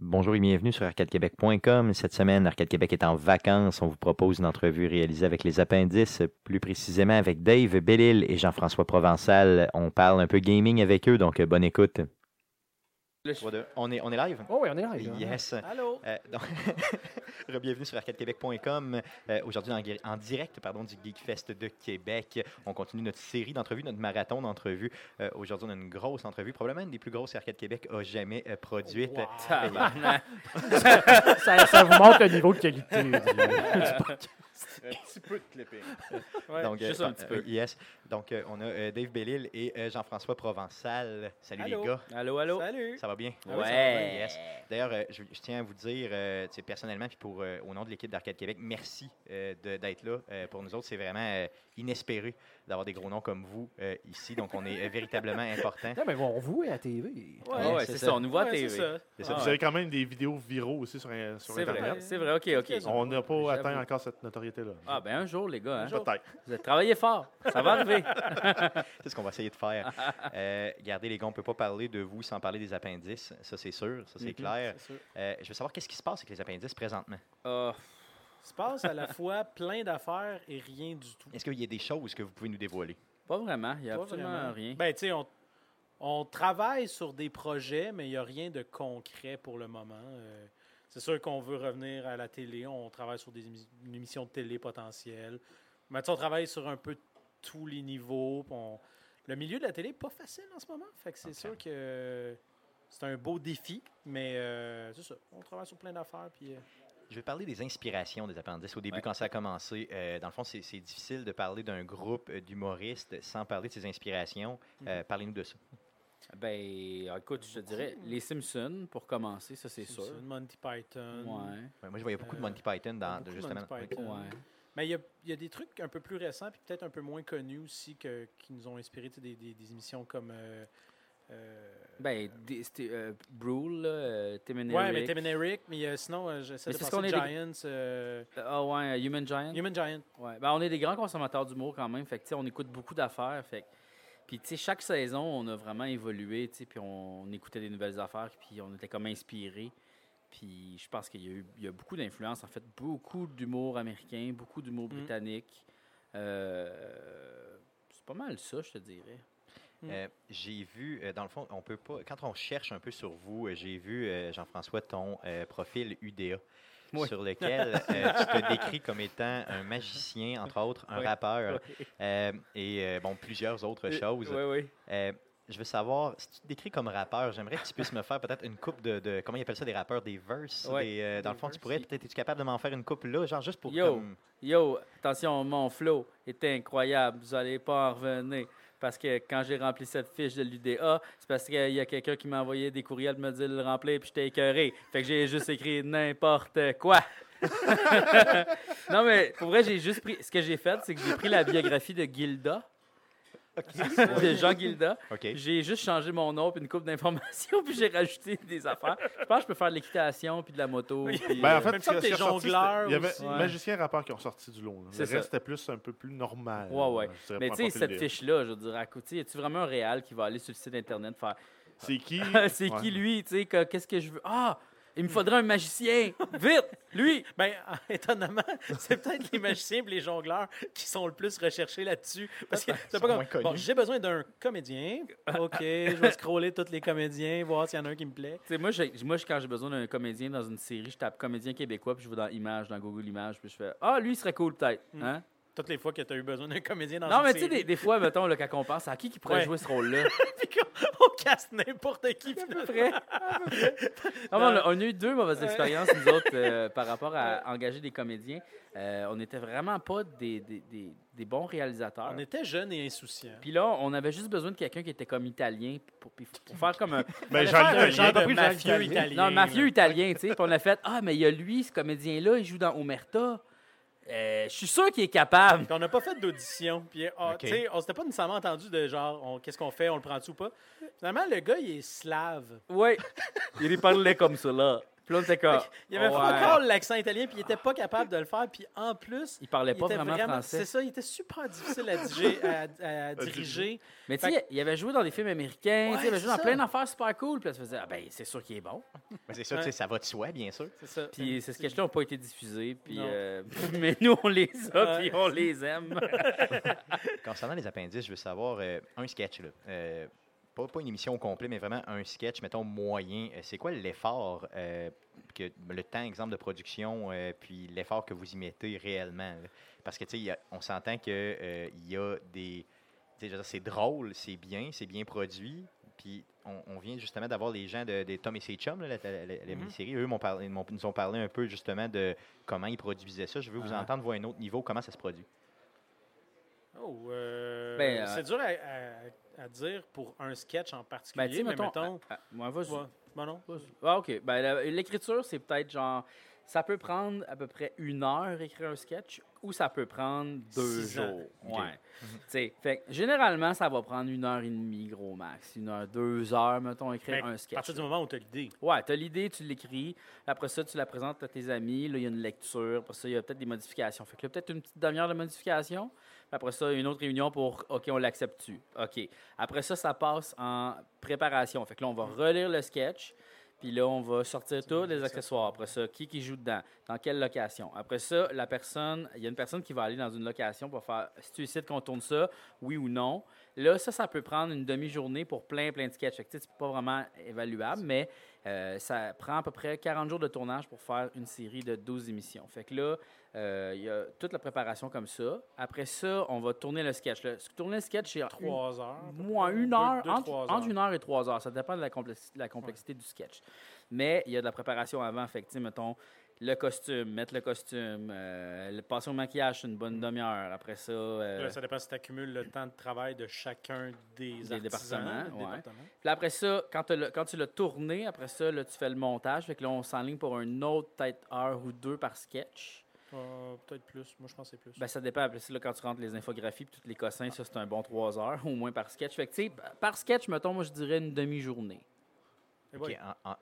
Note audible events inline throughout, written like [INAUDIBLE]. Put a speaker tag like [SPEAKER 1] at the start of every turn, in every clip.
[SPEAKER 1] Bonjour et bienvenue sur arcadequebec.com. Cette semaine, Arcade Québec est en vacances. On vous propose une entrevue réalisée avec les appendices, plus précisément avec Dave Bellil et Jean-François Provençal. On parle un peu gaming avec eux, donc euh, bonne écoute. Trois, deux. On est, on est live?
[SPEAKER 2] Oh oui, on est live. hein.
[SPEAKER 1] Yes.
[SPEAKER 2] Allô?
[SPEAKER 1] Euh, donc, [LAUGHS] bienvenue sur arcadequebec.com. Euh, Aujourd'hui, en, en direct pardon, du Geekfest de Québec, on continue notre série d'entrevues, notre marathon d'entrevues. Euh, Aujourd'hui, on a une grosse entrevue, probablement une des plus grosses qu'Arcade Québec a jamais euh, produite.
[SPEAKER 3] Tabarnak.
[SPEAKER 2] [LAUGHS] Ça, ça vous montre le niveau de qualité. je
[SPEAKER 1] [LAUGHS]
[SPEAKER 2] dirais.
[SPEAKER 3] un petit peu de clipping.
[SPEAKER 1] Donc, euh,
[SPEAKER 3] juste
[SPEAKER 1] euh,
[SPEAKER 3] un petit peu.
[SPEAKER 1] yes. Donc, euh, on a euh, Dave Bellil et euh, Jean-François Provençal. Salut
[SPEAKER 2] Allô.
[SPEAKER 1] les gars.
[SPEAKER 3] Allô, allô?
[SPEAKER 2] Salut.
[SPEAKER 1] Ah Ça va bien?
[SPEAKER 3] Ouais.
[SPEAKER 1] yes. D'ailleurs, euh, je, je tiens à vous dire, euh, tu sais, personnellement, puis pour, euh, au nom de l'équipe d'Arcade Québec, merci euh, de- d'être là. Euh, pour nous autres, c'est vraiment euh, inespéré d'avoir des gros noms comme vous euh, ici. Donc, on est euh, véritablement [LAUGHS] important.
[SPEAKER 2] Non, mais bon, on vous est à la TV.
[SPEAKER 3] Ouais, Ah ouais, c'est ça, on nous voit à TV.
[SPEAKER 1] C'est
[SPEAKER 3] Ah
[SPEAKER 1] ça.
[SPEAKER 4] Vous
[SPEAKER 3] ouais.
[SPEAKER 4] avez quand même des vidéos viraux aussi sur, un- sur
[SPEAKER 3] C'est
[SPEAKER 4] Internet.
[SPEAKER 3] vrai, c'est vrai. OK, OK.
[SPEAKER 4] On n'a pas
[SPEAKER 3] J'avoue.
[SPEAKER 4] atteint encore cette notoriété-là.
[SPEAKER 3] Ah, ben un jour, les gars, hein?
[SPEAKER 4] Peut-être.
[SPEAKER 3] vous avez travaillé fort. Ça va arriver.
[SPEAKER 1] C'est ce qu'on va essayer de [LAUGHS] faire. Euh, gardez les gars, on ne peut pas parler de vous sans parler des appendices. Ça, c'est sûr. Ça, c'est
[SPEAKER 4] Mhm.
[SPEAKER 1] clair.
[SPEAKER 5] Ah,
[SPEAKER 1] Euh, je veux savoir qu'est-ce qui se passe avec les appendices présentement.
[SPEAKER 3] Ah,
[SPEAKER 5] se passe à la fois plein d'affaires et rien du tout.
[SPEAKER 1] Est-ce qu'il y a des choses que vous pouvez nous dévoiler?
[SPEAKER 3] pas vraiment. Il n'y a
[SPEAKER 5] Pas
[SPEAKER 3] absolument
[SPEAKER 5] vraiment.
[SPEAKER 3] rien.
[SPEAKER 5] Ben, tu sais, on, on travaille sur des projets, mais il n'y a rien de concret pour le moment. Euh, c'est sûr qu'on veut revenir à la télé. On travaille sur des émis- une émission de télé potentielle. Mais tu sais, on travaille sur un peu tous les niveaux. puis on- Le milieu de la télé n'est pas facile en ce moment. Fait que c'est
[SPEAKER 1] Ok.
[SPEAKER 5] sûr que c'est un beau défi. Mais euh, c'est ça. On travaille sur plein d'affaires. Puis, euh,
[SPEAKER 1] Je vais parler des inspirations des appendices. Au début,
[SPEAKER 3] Ouais.
[SPEAKER 1] quand ça a commencé, euh, dans le fond, c'est c'est difficile de parler d'un groupe euh, d'humoristes sans parler de ses inspirations. Euh, Parlez-nous de ça.
[SPEAKER 3] Ben, écoute, je te dirais, les Simpsons, pour commencer, ça, c'est sûr.
[SPEAKER 5] Simpsons, Monty Python.
[SPEAKER 3] Ouais.
[SPEAKER 1] Ouais, moi, je voyais beaucoup de
[SPEAKER 5] Euh,
[SPEAKER 1] Monty Python dans,
[SPEAKER 5] beaucoup de
[SPEAKER 1] justement.
[SPEAKER 5] Monty
[SPEAKER 1] oui.
[SPEAKER 5] Python.
[SPEAKER 3] Ouais.
[SPEAKER 5] Mais il y a, il y a des trucs un peu plus récents, puis peut-être un peu moins connus aussi, que, qui nous ont inspiré tu sais, des, des- des émissions comme. euh, euh,
[SPEAKER 3] Ben, des- c'était, euh, Brule, là, euh, Tim and
[SPEAKER 5] ouais, mais
[SPEAKER 3] Eric.
[SPEAKER 5] Tim and Eric, mais euh, sinon, euh, j'essaie
[SPEAKER 3] Mais
[SPEAKER 5] de
[SPEAKER 3] c'est parce
[SPEAKER 5] penser
[SPEAKER 3] qu'on est des-
[SPEAKER 5] Giants. euh,
[SPEAKER 3] Ah, ouais, euh, Human Giant.
[SPEAKER 5] Human Giant.
[SPEAKER 3] Ouais. Ben, on est des grands consommateurs d'humour quand même. Fait que, tu sais, on écoute beaucoup d'affaires. Fait que- Puis, tu sais, chaque saison, on a vraiment évolué, tu sais, puis on, on écoutait des nouvelles affaires, puis on était comme inspirés. Puis je pense qu'il y a eu il y a beaucoup d'influences, en fait, beaucoup d'humour américain, beaucoup d'humour britannique. Euh, c'est pas mal ça, je te dirais.
[SPEAKER 5] Mm.
[SPEAKER 1] Euh, j'ai vu, euh, dans le fond, on peut pas. Quand on cherche un peu sur vous, euh, j'ai vu, euh, Jean-François, ton euh, profil UDA.
[SPEAKER 3] Oui.
[SPEAKER 1] Sur lequel euh, tu te décris comme étant un magicien, entre autres, un
[SPEAKER 3] Oui.
[SPEAKER 1] rappeur euh, et euh, bon, plusieurs autres choses.
[SPEAKER 3] Oui, oui.
[SPEAKER 1] Euh, je veux savoir, si tu te décris comme rappeur, j'aimerais que tu puisses me faire peut-être une coupe de, de- Comment ils appellent ça des rappeurs Des verses
[SPEAKER 3] Ouais,
[SPEAKER 1] des, euh, Dans
[SPEAKER 3] des
[SPEAKER 1] le fond, tu
[SPEAKER 3] verses.
[SPEAKER 1] pourrais peut-être. Es-tu capable de m'en faire une coupe là Genre juste pour.
[SPEAKER 3] Yo.
[SPEAKER 1] comme-
[SPEAKER 3] Yo, attention, mon flow est incroyable. Vous allez pas en revenir. Parce que quand j'ai rempli cette fiche de l'UDA, c'est parce qu'il y a quelqu'un qui m'a envoyé des courriels pour me dire de le remplir, puis j'étais écœuré. Fait que j'ai juste écrit [LAUGHS] n'importe quoi. [LAUGHS] non, mais pour vrai, j'ai juste pris. Ce que j'ai fait, c'est que j'ai pris la biographie de Gilda, [LAUGHS] de Jean Gilda.
[SPEAKER 1] Ok.
[SPEAKER 3] J'ai juste changé mon nom, puis une coupe d'informations, [LAUGHS] puis j'ai rajouté des affaires. Je pense que je peux faire de l'équitation, puis de la moto. puis,
[SPEAKER 4] Ben,
[SPEAKER 3] euh,
[SPEAKER 4] en fait,
[SPEAKER 5] Même
[SPEAKER 4] ce
[SPEAKER 5] comme
[SPEAKER 4] qui
[SPEAKER 5] des
[SPEAKER 4] est ressorti,
[SPEAKER 5] jongleurs
[SPEAKER 4] c'était- il y avait
[SPEAKER 5] aussi.
[SPEAKER 3] Ouais.
[SPEAKER 4] magiciens et rappeurs qui ont sorti du lot. là.
[SPEAKER 3] C'est
[SPEAKER 4] Le
[SPEAKER 3] ça.
[SPEAKER 4] reste, c'était plus un peu plus normal.
[SPEAKER 3] Ouais, ouais.
[SPEAKER 4] là, je dirais,
[SPEAKER 3] Mais
[SPEAKER 4] pour
[SPEAKER 3] tu
[SPEAKER 4] un
[SPEAKER 3] sais,
[SPEAKER 4] profil
[SPEAKER 3] cette
[SPEAKER 4] de-
[SPEAKER 3] fiche-là, je dirais, à côté, tu vraiment un réel qui va aller sur le site internet [LAUGHS] faire
[SPEAKER 4] C'est qui
[SPEAKER 3] [LAUGHS] c'est
[SPEAKER 4] Ouais.
[SPEAKER 3] qui lui, tu sais, que- qu'est-ce que je veux Ah, il me faudrait un [LAUGHS] magicien, vite, lui.
[SPEAKER 5] Ben, [LAUGHS] étonnamment, c'est peut-être les magiciens et les jongleurs qui sont le plus recherchés là-dessus. Parce que c'est
[SPEAKER 1] sont
[SPEAKER 5] pas
[SPEAKER 1] moins
[SPEAKER 5] comme.
[SPEAKER 1] connus.
[SPEAKER 5] Bon, j'ai besoin d'un comédien. OK, je vais scroller tous les comédiens, voir s'il y en a un qui me plaît.
[SPEAKER 3] Tu sais, moi, j'ai- moi, quand j'ai besoin d'un comédien dans une série, je tape comédien québécois, puis je vais dans Images, dans Google Images, puis je fais Ah, lui, il serait cool peut-être. Hein?
[SPEAKER 5] Toutes les fois que tu as eu besoin d'un comédien dans
[SPEAKER 3] Non,
[SPEAKER 5] une
[SPEAKER 3] mais tu sais,
[SPEAKER 5] série,
[SPEAKER 3] des, des fois, mettons, là, quand on pense à qui qui pourrait
[SPEAKER 5] Ouais.
[SPEAKER 3] jouer ce rôle-là.
[SPEAKER 5] puis qu'on- [LAUGHS] on casse n'importe qui.
[SPEAKER 3] [LAUGHS] À peu près. à peu près. Non, mais on, a, on a eu deux mauvaises expériences, nous autres, [LAUGHS] euh, par rapport à engager des comédiens. Euh, on n'était vraiment pas des, des- des- des bons réalisateurs.
[SPEAKER 5] On était jeunes et insouciants.
[SPEAKER 3] Puis là, on avait juste besoin de quelqu'un qui était comme italien pour, puis pour faire comme un.
[SPEAKER 4] Ben,
[SPEAKER 5] Fallait
[SPEAKER 4] j'en
[SPEAKER 5] faire
[SPEAKER 4] ai
[SPEAKER 5] un
[SPEAKER 4] un
[SPEAKER 5] genre
[SPEAKER 4] lien.
[SPEAKER 5] de mafieux italien.
[SPEAKER 3] non, un mafieux
[SPEAKER 5] là.
[SPEAKER 3] italien, tu sais. Puis on a fait Ah, mais il y a lui, ce comédien-là, il joue dans Omerta. Euh, je suis sûr qu'il est [LAUGHS] capable.
[SPEAKER 5] Puis on n'a pas fait d'audition. Puis ah,
[SPEAKER 1] Ok.
[SPEAKER 5] tu sais, on s'était pas nécessairement entendu de genre, on- qu'est-ce qu'on fait, on le prend-tu ou pas. Finalement, le gars, il est slave.
[SPEAKER 3] Oui. Il parlait comme ça, là. Puis l'autre était comme.
[SPEAKER 5] Il avait pas
[SPEAKER 3] Ouais.
[SPEAKER 5] encore l'accent italien, puis il était pas capable de le faire. Puis en plus,
[SPEAKER 3] Il parlait
[SPEAKER 5] il
[SPEAKER 3] pas
[SPEAKER 5] était
[SPEAKER 3] vraiment,
[SPEAKER 5] vraiment- C'est
[SPEAKER 3] français.
[SPEAKER 5] ça, il était super difficile à, diger-
[SPEAKER 3] [LAUGHS]
[SPEAKER 5] à- à diriger.
[SPEAKER 3] Mais tu sais, il avait joué dans des films américains, tu sais, il
[SPEAKER 5] Ouais,
[SPEAKER 3] avait joué dans
[SPEAKER 5] c'est
[SPEAKER 3] plein
[SPEAKER 5] ça.
[SPEAKER 3] d'affaires super cool. Puis là, tu faisais, ah ben, c'est sûr qu'il est bon.
[SPEAKER 1] Mais c'est sûr, tu sais, ça va de soi, bien sûr.
[SPEAKER 5] C'est ça.
[SPEAKER 3] Puis ces sketchs-là n'ont pas été diffusés. Puis,
[SPEAKER 5] Non.
[SPEAKER 3] euh, [LAUGHS] mais nous, on les a,
[SPEAKER 5] Ouais.
[SPEAKER 3] puis on les [LAUGHS] aime.
[SPEAKER 1] Concernant les appendices, je veux savoir euh, un sketch, là. Euh, pas, pas une émission au complet, mais vraiment un sketch, mettons, moyen. Euh, C'est quoi l'effort, euh, que, le temps, exemple, de production, euh, puis l'effort que vous y mettez réellement? là? Parce que, tu sais, il y a- on s'entend qu'il y a des... tu sais, je veux dire, C'est drôle, c'est bien, c'est bien produit. Puis on, on vient justement d'avoir les gens de, des Tom et ses chums, là, la, la- la- la
[SPEAKER 5] Mhm.
[SPEAKER 1] mini-série. Eux m'ont parlé, m'ont- nous ont parlé un peu justement de comment ils produisaient ça. Je veux vous
[SPEAKER 3] Ah.
[SPEAKER 1] entendre voir un autre niveau, comment ça se produit.
[SPEAKER 5] Oh, euh,
[SPEAKER 3] Ben, euh,
[SPEAKER 5] c'est dur à, à- à dire pour un sketch en particulier,
[SPEAKER 3] Ben, tu sais,
[SPEAKER 5] mais
[SPEAKER 3] mettons.
[SPEAKER 5] mettons.
[SPEAKER 3] ah, moi, vas-y.
[SPEAKER 5] Ouais. Bon, non.
[SPEAKER 3] Ah, OK. Ben, la- l'écriture, c'est peut-être genre. Ça peut prendre à peu près une heure écrire un sketch ou ça peut prendre deux
[SPEAKER 5] Six ans.
[SPEAKER 3] jours. Ouais. Tu sais, fait que généralement, ça va prendre une heure et demie, gros max. Une heure, deux heures, mettons, écrire
[SPEAKER 5] Mais
[SPEAKER 3] un
[SPEAKER 5] À
[SPEAKER 3] sketch.
[SPEAKER 5] partir du moment où tu as l'idée.
[SPEAKER 3] Ouais, t'as l'idée, tu l'écris. Après ça, tu la présentes à tes amis. Là, il y a une lecture. Après ça, il y a peut-être des modifications. Fait que là, peut-être une petite demi-heure de modification. Puis Après ça, une autre réunion pour OK, on l'accepte-tu. OK. Après ça, ça passe en préparation. Fait que là, on va relire le sketch. Puis là, on va sortir tous les accessoires. Après ça, qui qui joue dedans, dans quelle location. Après ça, la personne, il y a une personne qui va aller dans une location pour faire si tu décides qu'on tourne ça, oui ou non. Là, ça, ça peut prendre une demi-journée pour plein, plein de sketchs. Fait que, tu sais, c'est pas vraiment évaluable, mais euh, ça prend à peu près 40 jours de tournage pour faire une série de 12 émissions. Fait que là, euh, il y a toute la préparation comme ça. Après ça, on va tourner le sketch. Le, tourner le sketch, c'est une-
[SPEAKER 5] Trois heures. à peu
[SPEAKER 3] Moins
[SPEAKER 5] près.
[SPEAKER 3] une
[SPEAKER 5] Deux-
[SPEAKER 3] heure,
[SPEAKER 5] deux,
[SPEAKER 3] entre,
[SPEAKER 5] trois
[SPEAKER 3] entre
[SPEAKER 5] heures.
[SPEAKER 3] une heure et trois heures. Ça dépend de la, complexi- la complexité du sketch. Mais il y a de la préparation avant, fait que, tu sais, mettons, le costume, mettre le costume, euh, le- passer au maquillage, c'est une
[SPEAKER 5] Mm.
[SPEAKER 3] bonne demi-heure. Après ça, euh,
[SPEAKER 5] Là, ça dépend si tu accumules le temps de travail de chacun des,
[SPEAKER 3] Des
[SPEAKER 5] artisans,
[SPEAKER 3] départements,
[SPEAKER 5] des
[SPEAKER 3] ouais.
[SPEAKER 5] départements.
[SPEAKER 3] Puis après ça, quand, t'as le- quand tu l'as tourné, après ça, là, tu fais le montage. Fait que là, on s'enligne pour un autre peut-être heure ou deux par sketch.
[SPEAKER 5] Euh, Peut-être plus. Moi, je pense que c'est plus.
[SPEAKER 3] Ben, ça dépend. Après ça, là, quand tu rentres les infographies puis toutes les cossins, ça, c'est un bon trois heures, au moins par sketch. Fait que, tu sais, par sketch, mettons, moi, je dirais une demi-journée.
[SPEAKER 5] Eh
[SPEAKER 1] Ok,
[SPEAKER 5] oui.
[SPEAKER 1] en- en-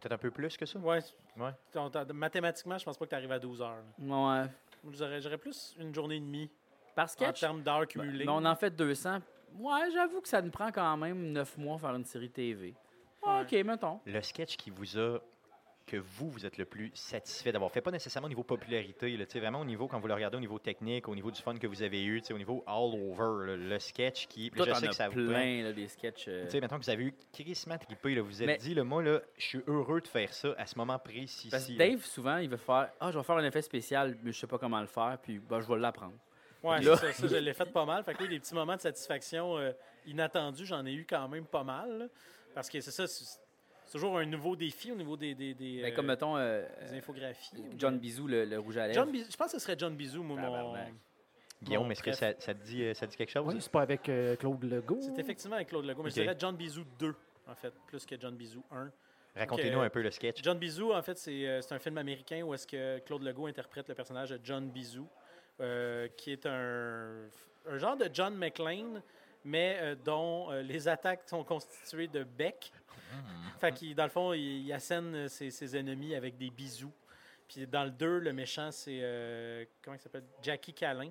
[SPEAKER 1] Peut-être un peu plus que ça?
[SPEAKER 5] Ouais.
[SPEAKER 1] Ouais.
[SPEAKER 5] Ton- ton- mathématiquement, je pense pas que tu arrives à 12 heures. là.
[SPEAKER 3] Ouais.
[SPEAKER 5] Moi, je dirais- J'aurais plus une journée et demie
[SPEAKER 3] Par sketch,
[SPEAKER 5] en termes d'heures
[SPEAKER 3] ben,
[SPEAKER 5] cumulées.
[SPEAKER 3] mais on en fait 200. Ouais, j'avoue que ça nous prend quand même neuf mois faire une série TV. Ouais, OK, mettons.
[SPEAKER 1] Le sketch qui vous a que vous, vous êtes le plus satisfait d'avoir fait, pas nécessairement au niveau popularité, là, tu sais, vraiment au niveau, quand vous le regardez, au niveau technique, au niveau du fun que vous avez eu, tu sais, au niveau all over, là, le sketch qui,
[SPEAKER 3] Toi,
[SPEAKER 1] je
[SPEAKER 3] t'en
[SPEAKER 1] sais que
[SPEAKER 3] as
[SPEAKER 1] ça vous prend.
[SPEAKER 3] plein, là, des sketchs. euh,
[SPEAKER 1] Tu sais, ben, maintenant que vous avez eu crissement trippé, là, vous vous êtes
[SPEAKER 3] Mais-
[SPEAKER 1] dit, le moi, là, je suis heureux de faire ça à ce moment précis.
[SPEAKER 3] Parce que
[SPEAKER 1] ci, là.
[SPEAKER 3] Dave, souvent, il veut faire Ah, je vais faire un effet spécial, mais je sais pas comment le faire, puis bah, je vais l'apprendre.
[SPEAKER 5] Ouais,
[SPEAKER 3] Là-
[SPEAKER 5] c'est ça, ça, je l'ai fait pas mal. Fait que oui, des petits moments de satisfaction euh, inattendus, j'en ai eu quand même pas mal. là. parce que c'est ça, c'est c'est toujours un nouveau défi au niveau des, des, des,
[SPEAKER 3] Ben,
[SPEAKER 5] euh,
[SPEAKER 3] comme mettons euh,
[SPEAKER 5] des infographies.
[SPEAKER 3] John Bizou, le, le rouge à lèvres.
[SPEAKER 5] John Bizou- Je pense que ce serait John Bizou, moi, mon...
[SPEAKER 3] Tabarnak.
[SPEAKER 1] Guillaume,
[SPEAKER 5] bon,
[SPEAKER 1] est-ce que
[SPEAKER 5] bref.
[SPEAKER 1] ça, ça te dit, euh, ça te dit quelque chose?
[SPEAKER 6] Oui, c'est pas avec euh, Claude Legault.
[SPEAKER 5] C'est effectivement avec Claude Legault, mais
[SPEAKER 1] Ok.
[SPEAKER 5] je dirais John Bizou 2, en fait, plus que John Bizou 1.
[SPEAKER 1] Racontez-nous
[SPEAKER 5] Ok.
[SPEAKER 1] un peu le sketch.
[SPEAKER 5] John Bizou, en fait, c'est euh, c'est un film américain où est-ce que Claude Legault interprète le personnage de John Bizou, euh, qui est un, un genre de John McClane, mais euh, dont euh, les attaques sont constituées de becs. fait qu'il, dans le fond, il, il assène ses, ses ennemis avec des bisous. Puis dans le 2, le méchant, c'est... euh, comment il s'appelle? Jackie Calin,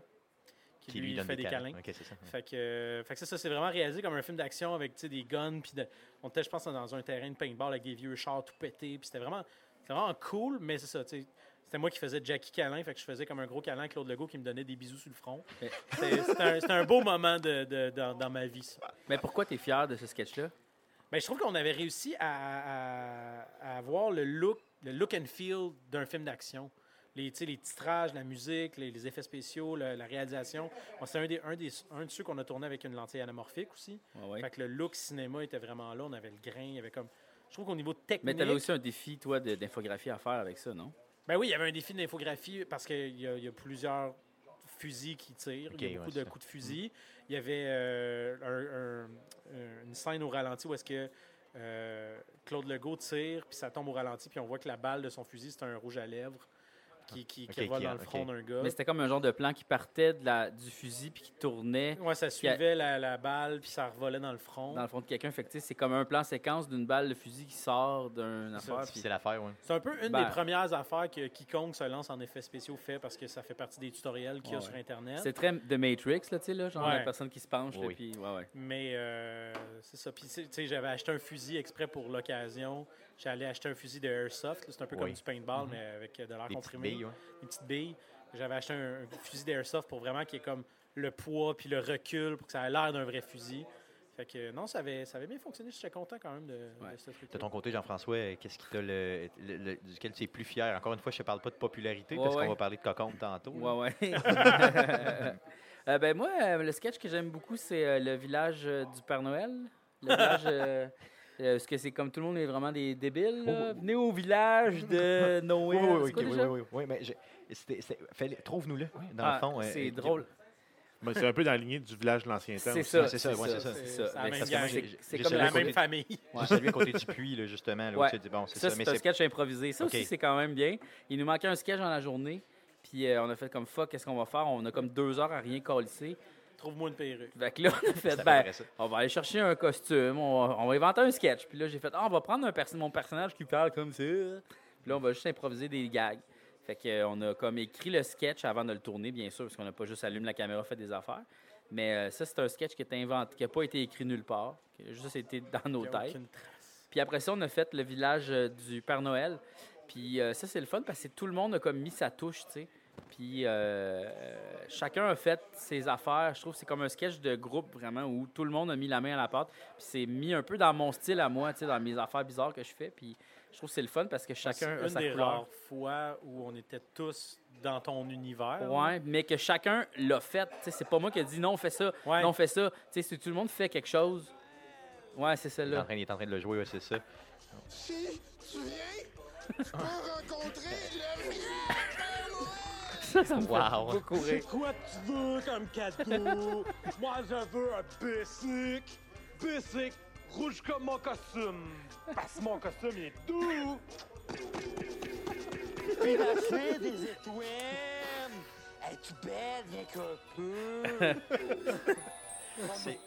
[SPEAKER 5] qui, lui, fait des câlins.
[SPEAKER 1] Ok, c'est ça.
[SPEAKER 5] Fait que, euh, fait que c'est ça, c'est vraiment réalisé comme un film d'action avec tu sais, des guns. Puis de- on était, je pense, dans un terrain de paintball avec des vieux chars tout pétés. Puis c'était vraiment, c'était vraiment cool, mais c'est ça, tu sais. C'était moi qui faisais Jackie Calin, fait que je faisais comme un gros câlin à Claude Legault qui me donnait des bisous sur le front.
[SPEAKER 3] Mais-
[SPEAKER 5] C'était c'était un, c'était un beau moment de, de- dans, dans ma vie, ça.
[SPEAKER 3] Mais pourquoi tu es fier de ce sketch-là?
[SPEAKER 5] Mais je trouve qu'on avait réussi à, à- à avoir le look, le look and feel d'un film d'action. Les, tu sais, les titrages, la musique, les, les effets spéciaux, le- la réalisation. Bon, C'était un, des, un, des, un de ceux qu'on a tourné avec une lentille anamorphique aussi. Fait que le look cinéma était vraiment là. On avait le grain, il y avait comme. Je trouve qu'au niveau
[SPEAKER 3] Mais
[SPEAKER 5] technique.
[SPEAKER 3] tu avais aussi un défi, toi, de- d'infographie à faire avec ça, non?
[SPEAKER 5] Ben oui, il y avait un défi d'infographie parce qu'il y, a- il y a plusieurs fusils qui tirent. il y
[SPEAKER 1] Ok,
[SPEAKER 5] a beaucoup
[SPEAKER 1] ouais,
[SPEAKER 5] de
[SPEAKER 1] c'est ça.
[SPEAKER 5] coups de fusil. Il y avait euh, un- un- une scène au ralenti où est-ce que euh, Claude Legault tire, puis ça tombe au ralenti, puis on voit que la balle de son fusil, c'est un rouge à lèvres. qui, qui, qui
[SPEAKER 1] Ok,
[SPEAKER 5] revole
[SPEAKER 1] qui-
[SPEAKER 5] dans le
[SPEAKER 1] ok.
[SPEAKER 5] front d'un gars.
[SPEAKER 3] Mais c'était comme un genre de plan qui partait de la, du fusil puis qui tournait
[SPEAKER 5] Ouais, ça suivait la, la balle, puis ça revolait dans le front.
[SPEAKER 3] dans le front de quelqu'un. Fait que, tu sais, c'est comme un plan séquence d'une balle de fusil qui sort d'un
[SPEAKER 5] C'est ça,
[SPEAKER 3] affaire. puis-
[SPEAKER 1] Difficile à faire, oui.
[SPEAKER 5] C'est un peu une
[SPEAKER 3] Ben.
[SPEAKER 5] des premières affaires que quiconque se lance en effets spéciaux fait parce que ça fait partie des tutoriels qu'il y a
[SPEAKER 3] Ouais.
[SPEAKER 5] sur Internet.
[SPEAKER 3] C'est très de Matrix, là, tu sais, là, genre
[SPEAKER 5] Ouais.
[SPEAKER 3] la personne qui se penche. là,
[SPEAKER 1] Oui.
[SPEAKER 3] puis- ouais, ouais.
[SPEAKER 5] Mais euh, c'est ça. Puis, tu sais, j'avais acheté un fusil exprès pour l'occasion. J'allais acheter un fusil de Airsoft. là. C'est un peu
[SPEAKER 1] Oui.
[SPEAKER 5] comme du paintball, mais avec euh, de l'air
[SPEAKER 1] Mm-hmm. Des petites
[SPEAKER 5] comprimé.
[SPEAKER 1] billes, ouais.
[SPEAKER 5] Une petite bille. J'avais acheté un, un fusil d'airsoft pour vraiment qu'il y ait comme le poids puis le recul pour que ça ait l'air d'un vrai fusil. Fait que euh, non, ça avait, ça avait bien fonctionné. J'étais content quand même de,
[SPEAKER 3] Ouais.
[SPEAKER 5] de ce truc
[SPEAKER 1] De ton côté, Jean-François, euh, qu'est-ce qui t'a le, le- le- duquel tu es plus fier? Encore une fois, je ne parle pas de popularité
[SPEAKER 3] Ouais,
[SPEAKER 1] parce
[SPEAKER 3] ouais.
[SPEAKER 1] qu'on va parler de cocombe tantôt. là.
[SPEAKER 3] Ouais, ouais.
[SPEAKER 1] [LAUGHS]
[SPEAKER 3] Euh, ben, moi, euh, le sketch que j'aime beaucoup, c'est euh, le village euh, du Père Noël. Le village.
[SPEAKER 1] [LAUGHS]
[SPEAKER 3] euh, euh, parce que c'est comme tout le monde est vraiment des débiles. là. Venez au village de
[SPEAKER 1] Oh. [LAUGHS] Oui,
[SPEAKER 3] Noël.
[SPEAKER 1] oui, oui,
[SPEAKER 3] C'est quoi
[SPEAKER 1] ok, oui,
[SPEAKER 3] déjà?
[SPEAKER 1] oui, oui, oui, mais j'ai- c'était- c'était- fallait- trouve-nous-le, dans
[SPEAKER 3] Ah,
[SPEAKER 1] le fond. euh,
[SPEAKER 3] c'est
[SPEAKER 1] euh,
[SPEAKER 3] drôle.
[SPEAKER 4] Mais c'est un peu dans la lignée du village de l'ancien temps.
[SPEAKER 3] C'est
[SPEAKER 4] aussi.
[SPEAKER 3] ça. Ben,
[SPEAKER 1] c'est ça, ouais, c'est ça.
[SPEAKER 3] C'est
[SPEAKER 5] C'est la
[SPEAKER 3] Mais
[SPEAKER 5] même
[SPEAKER 3] parce que moi,
[SPEAKER 5] gang.
[SPEAKER 3] c'est-
[SPEAKER 1] J'ai-
[SPEAKER 3] C'est
[SPEAKER 1] j'ai
[SPEAKER 3] comme
[SPEAKER 1] celui
[SPEAKER 3] la
[SPEAKER 5] la
[SPEAKER 1] à côté
[SPEAKER 3] même.
[SPEAKER 5] même famille. [LAUGHS]
[SPEAKER 1] J'ai celui à côté du puits, là, justement, là, où
[SPEAKER 3] Ouais.
[SPEAKER 1] tu te dis, bon, c'est
[SPEAKER 3] Ça,
[SPEAKER 1] ça, mais
[SPEAKER 3] c'est un
[SPEAKER 1] c'est
[SPEAKER 3] sketch improvisé. Ça
[SPEAKER 1] Ok.
[SPEAKER 3] aussi, c'est quand même bien. Il nous manquait un sketch dans la journée. Puis euh, on a fait comme fuck, qu'est-ce qu'on va faire? On a comme deux heures à rien colisser.
[SPEAKER 5] Trouve-moi une perruque.
[SPEAKER 3] Fait que là, on a fait,
[SPEAKER 1] c'est à peu
[SPEAKER 3] ben,
[SPEAKER 1] près ça.
[SPEAKER 3] on va aller chercher un costume, on va, on va inventer un sketch. Puis là, j'ai fait, ah, on va prendre un perso- mon personnage qui parle comme ça. Puis là, on va juste improviser des gags. Fait que, euh, on a comme écrit le sketch avant de le tourner, bien sûr, parce qu'on n'a pas juste allumé la caméra, fait des affaires. Mais euh, ça, c'est un sketch qui est inventé, qui n'a pas été écrit nulle part, qui a juste été dans nos
[SPEAKER 5] Il y a
[SPEAKER 3] têtes.
[SPEAKER 5] aucune trace.
[SPEAKER 3] Puis après ça, on a fait le village euh, du Père Noël. Puis euh, ça, c'est le fun parce que tout le monde a comme mis sa touche, tu sais. Puis euh, chacun a fait ses affaires. Je trouve que c'est comme un sketch de groupe vraiment où tout le monde a mis la main à la pâte. Puis c'est mis un peu dans mon style à moi, tu sais, dans mes affaires bizarres que je fais. Puis je trouve que c'est le fun parce que chacun
[SPEAKER 5] C'est
[SPEAKER 3] a
[SPEAKER 5] une
[SPEAKER 3] sa
[SPEAKER 5] des
[SPEAKER 3] couleur.
[SPEAKER 5] rares fois où on était tous dans ton univers.
[SPEAKER 3] Ouais, mais que chacun l'a fait. Tu sais, c'est pas moi qui ai dit non, fais ça,
[SPEAKER 5] Ouais.
[SPEAKER 3] non, fais ça. Tu sais, si tout le monde fait quelque chose. Ouais, c'est
[SPEAKER 1] Il est, en
[SPEAKER 3] celle-là.
[SPEAKER 1] train, il est en train de le jouer, ouais, c'est ça.
[SPEAKER 7] Si tu
[SPEAKER 8] [LAUGHS]
[SPEAKER 7] viens pour rencontrer le vrai Père Noël.
[SPEAKER 3] Ça, ça me fait
[SPEAKER 1] Wow.
[SPEAKER 3] beaucoup rire.
[SPEAKER 8] Quoi tu veux comme
[SPEAKER 7] [LAUGHS]
[SPEAKER 8] cadeau? Moi, je veux un basic. Basic, rouge comme mon costume. Parce que mon costume, il est doux.
[SPEAKER 7] Puis la fin des étoiles. Es-tu belle, viens qu'un peu?
[SPEAKER 1] C'est-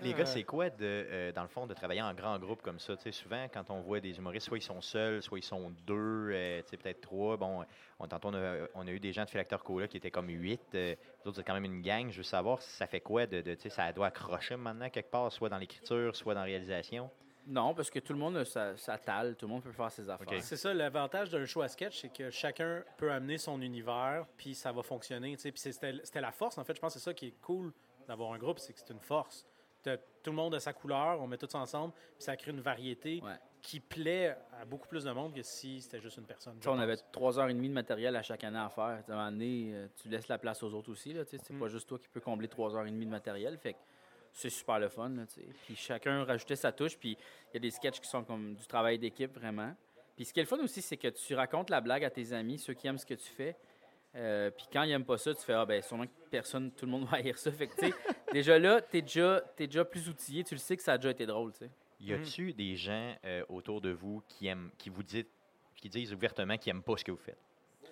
[SPEAKER 1] Les gars, c'est quoi, de, euh, dans le fond, de travailler en grand groupe comme ça? Tu sais, souvent, quand on voit des humoristes, soit ils sont seuls, soit ils sont deux, euh, tu sais, peut-être trois. Bon, on, tantôt, on a, on a eu des gens de Philacteur Cola qui étaient comme huit. euh, vous autres, c'est quand même une gang. Je veux savoir si ça fait quoi de, de- tu sais, ça doit accrocher maintenant quelque part, soit dans l'écriture, soit dans la réalisation.
[SPEAKER 3] Non, parce que tout le monde a sa, sa talle, tout le monde peut faire ses affaires.
[SPEAKER 1] Ok.
[SPEAKER 5] C'est ça, l'avantage d'un show à sketch, c'est que chacun peut amener son univers, puis ça va fonctionner. tu sais. Puis c'est- c'était c'était la force, en fait. Je pense que c'est ça qui est cool d'avoir un groupe, c'est que c'est une force. T'as- Tout le monde a sa couleur, on met tout ça ensemble, puis ça crée une variété
[SPEAKER 3] Ouais.
[SPEAKER 5] qui plaît à beaucoup plus de monde que si c'était juste une personne.
[SPEAKER 3] Tu
[SPEAKER 5] je
[SPEAKER 3] sais, on
[SPEAKER 5] pense.
[SPEAKER 3] avait trois heures et demie de matériel à chaque année à faire. Tu sais, À un moment donné, euh, tu laisses la place aux autres aussi. là, tu
[SPEAKER 5] Mm.
[SPEAKER 3] sais, C'est pas juste toi qui peux combler trois heures et demie de matériel. Fait que c'est super le fun. là, tu sais. Puis chacun rajoutait sa touche. Puis il y a des sketchs qui sont comme du travail d'équipe, vraiment. Puis ce qui est le fun aussi, c'est que tu racontes la blague à tes amis, ceux qui aiment ce que tu fais. Euh, puis quand ils n'aiment pas ça, tu fais Ah, ben sûrement que personne, tout le monde va haïr ça. Fait que, tu sais,
[SPEAKER 5] [LAUGHS]
[SPEAKER 3] déjà là, t'es déjà, t'es déjà plus outillé. Tu le sais que ça a déjà été drôle. tu sais.
[SPEAKER 1] Y
[SPEAKER 5] Mm.
[SPEAKER 1] a-tu des gens euh, autour de vous qui aiment, qui vous disent, qui disent ouvertement qu'ils n'aiment pas ce que vous faites?